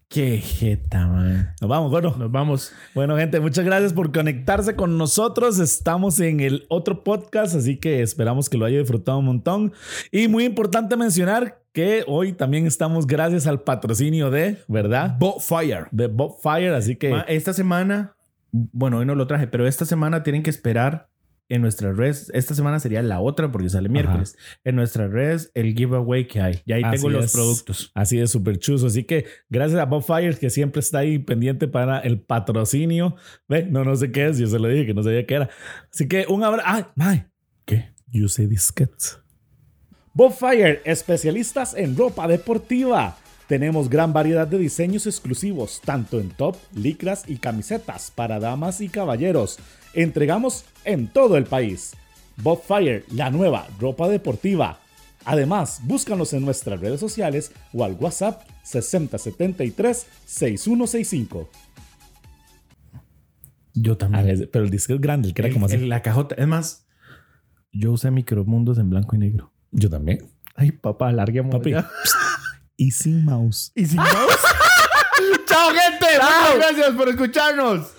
S2: Qué jeta, man.
S3: Nos vamos, bueno.
S2: Nos vamos.
S3: Bueno, gente, muchas gracias por conectarse con nosotros. Estamos en el otro podcast, así que esperamos que lo haya disfrutado un montón. Y muy importante mencionar que hoy también estamos gracias al patrocinio de, ¿verdad?
S2: Botfire.
S3: De Bob Fire, así que
S2: Ma, esta semana, bueno, hoy no lo traje, pero esta semana tienen que esperar en nuestras redes, esta semana sería la otra porque sale miércoles, en nuestras redes el giveaway que hay. Y ahí
S3: Así
S2: tengo los
S3: es.
S2: productos.
S3: Así de súper chuzo. Así que gracias a Bob Fires que siempre está ahí pendiente para el patrocinio. Ve, no, no sé qué es. Yo se lo dije que no sabía qué era. Así que un abrazo. ¡Ay, mae! ¿Qué? You say disquets. Bob Fire, especialistas en ropa deportiva. Tenemos gran variedad de diseños exclusivos, tanto en top, licras y camisetas para damas y caballeros. Entregamos en todo el país. Bob Fire, la nueva ropa deportiva. Además, búscanos en nuestras redes sociales o al WhatsApp 6073-6165.
S2: Yo también.
S3: pero el disco Ah, es grande, el que era como así.
S2: En la cajota. Es más, yo usé micromundos en blanco y negro.
S3: Yo también.
S2: Ay, papá, larguemos.
S3: Papi.
S2: ya.
S3: Easy Mouse.
S2: Y sin mouse. Chao, gente. Muchas gracias por escucharnos.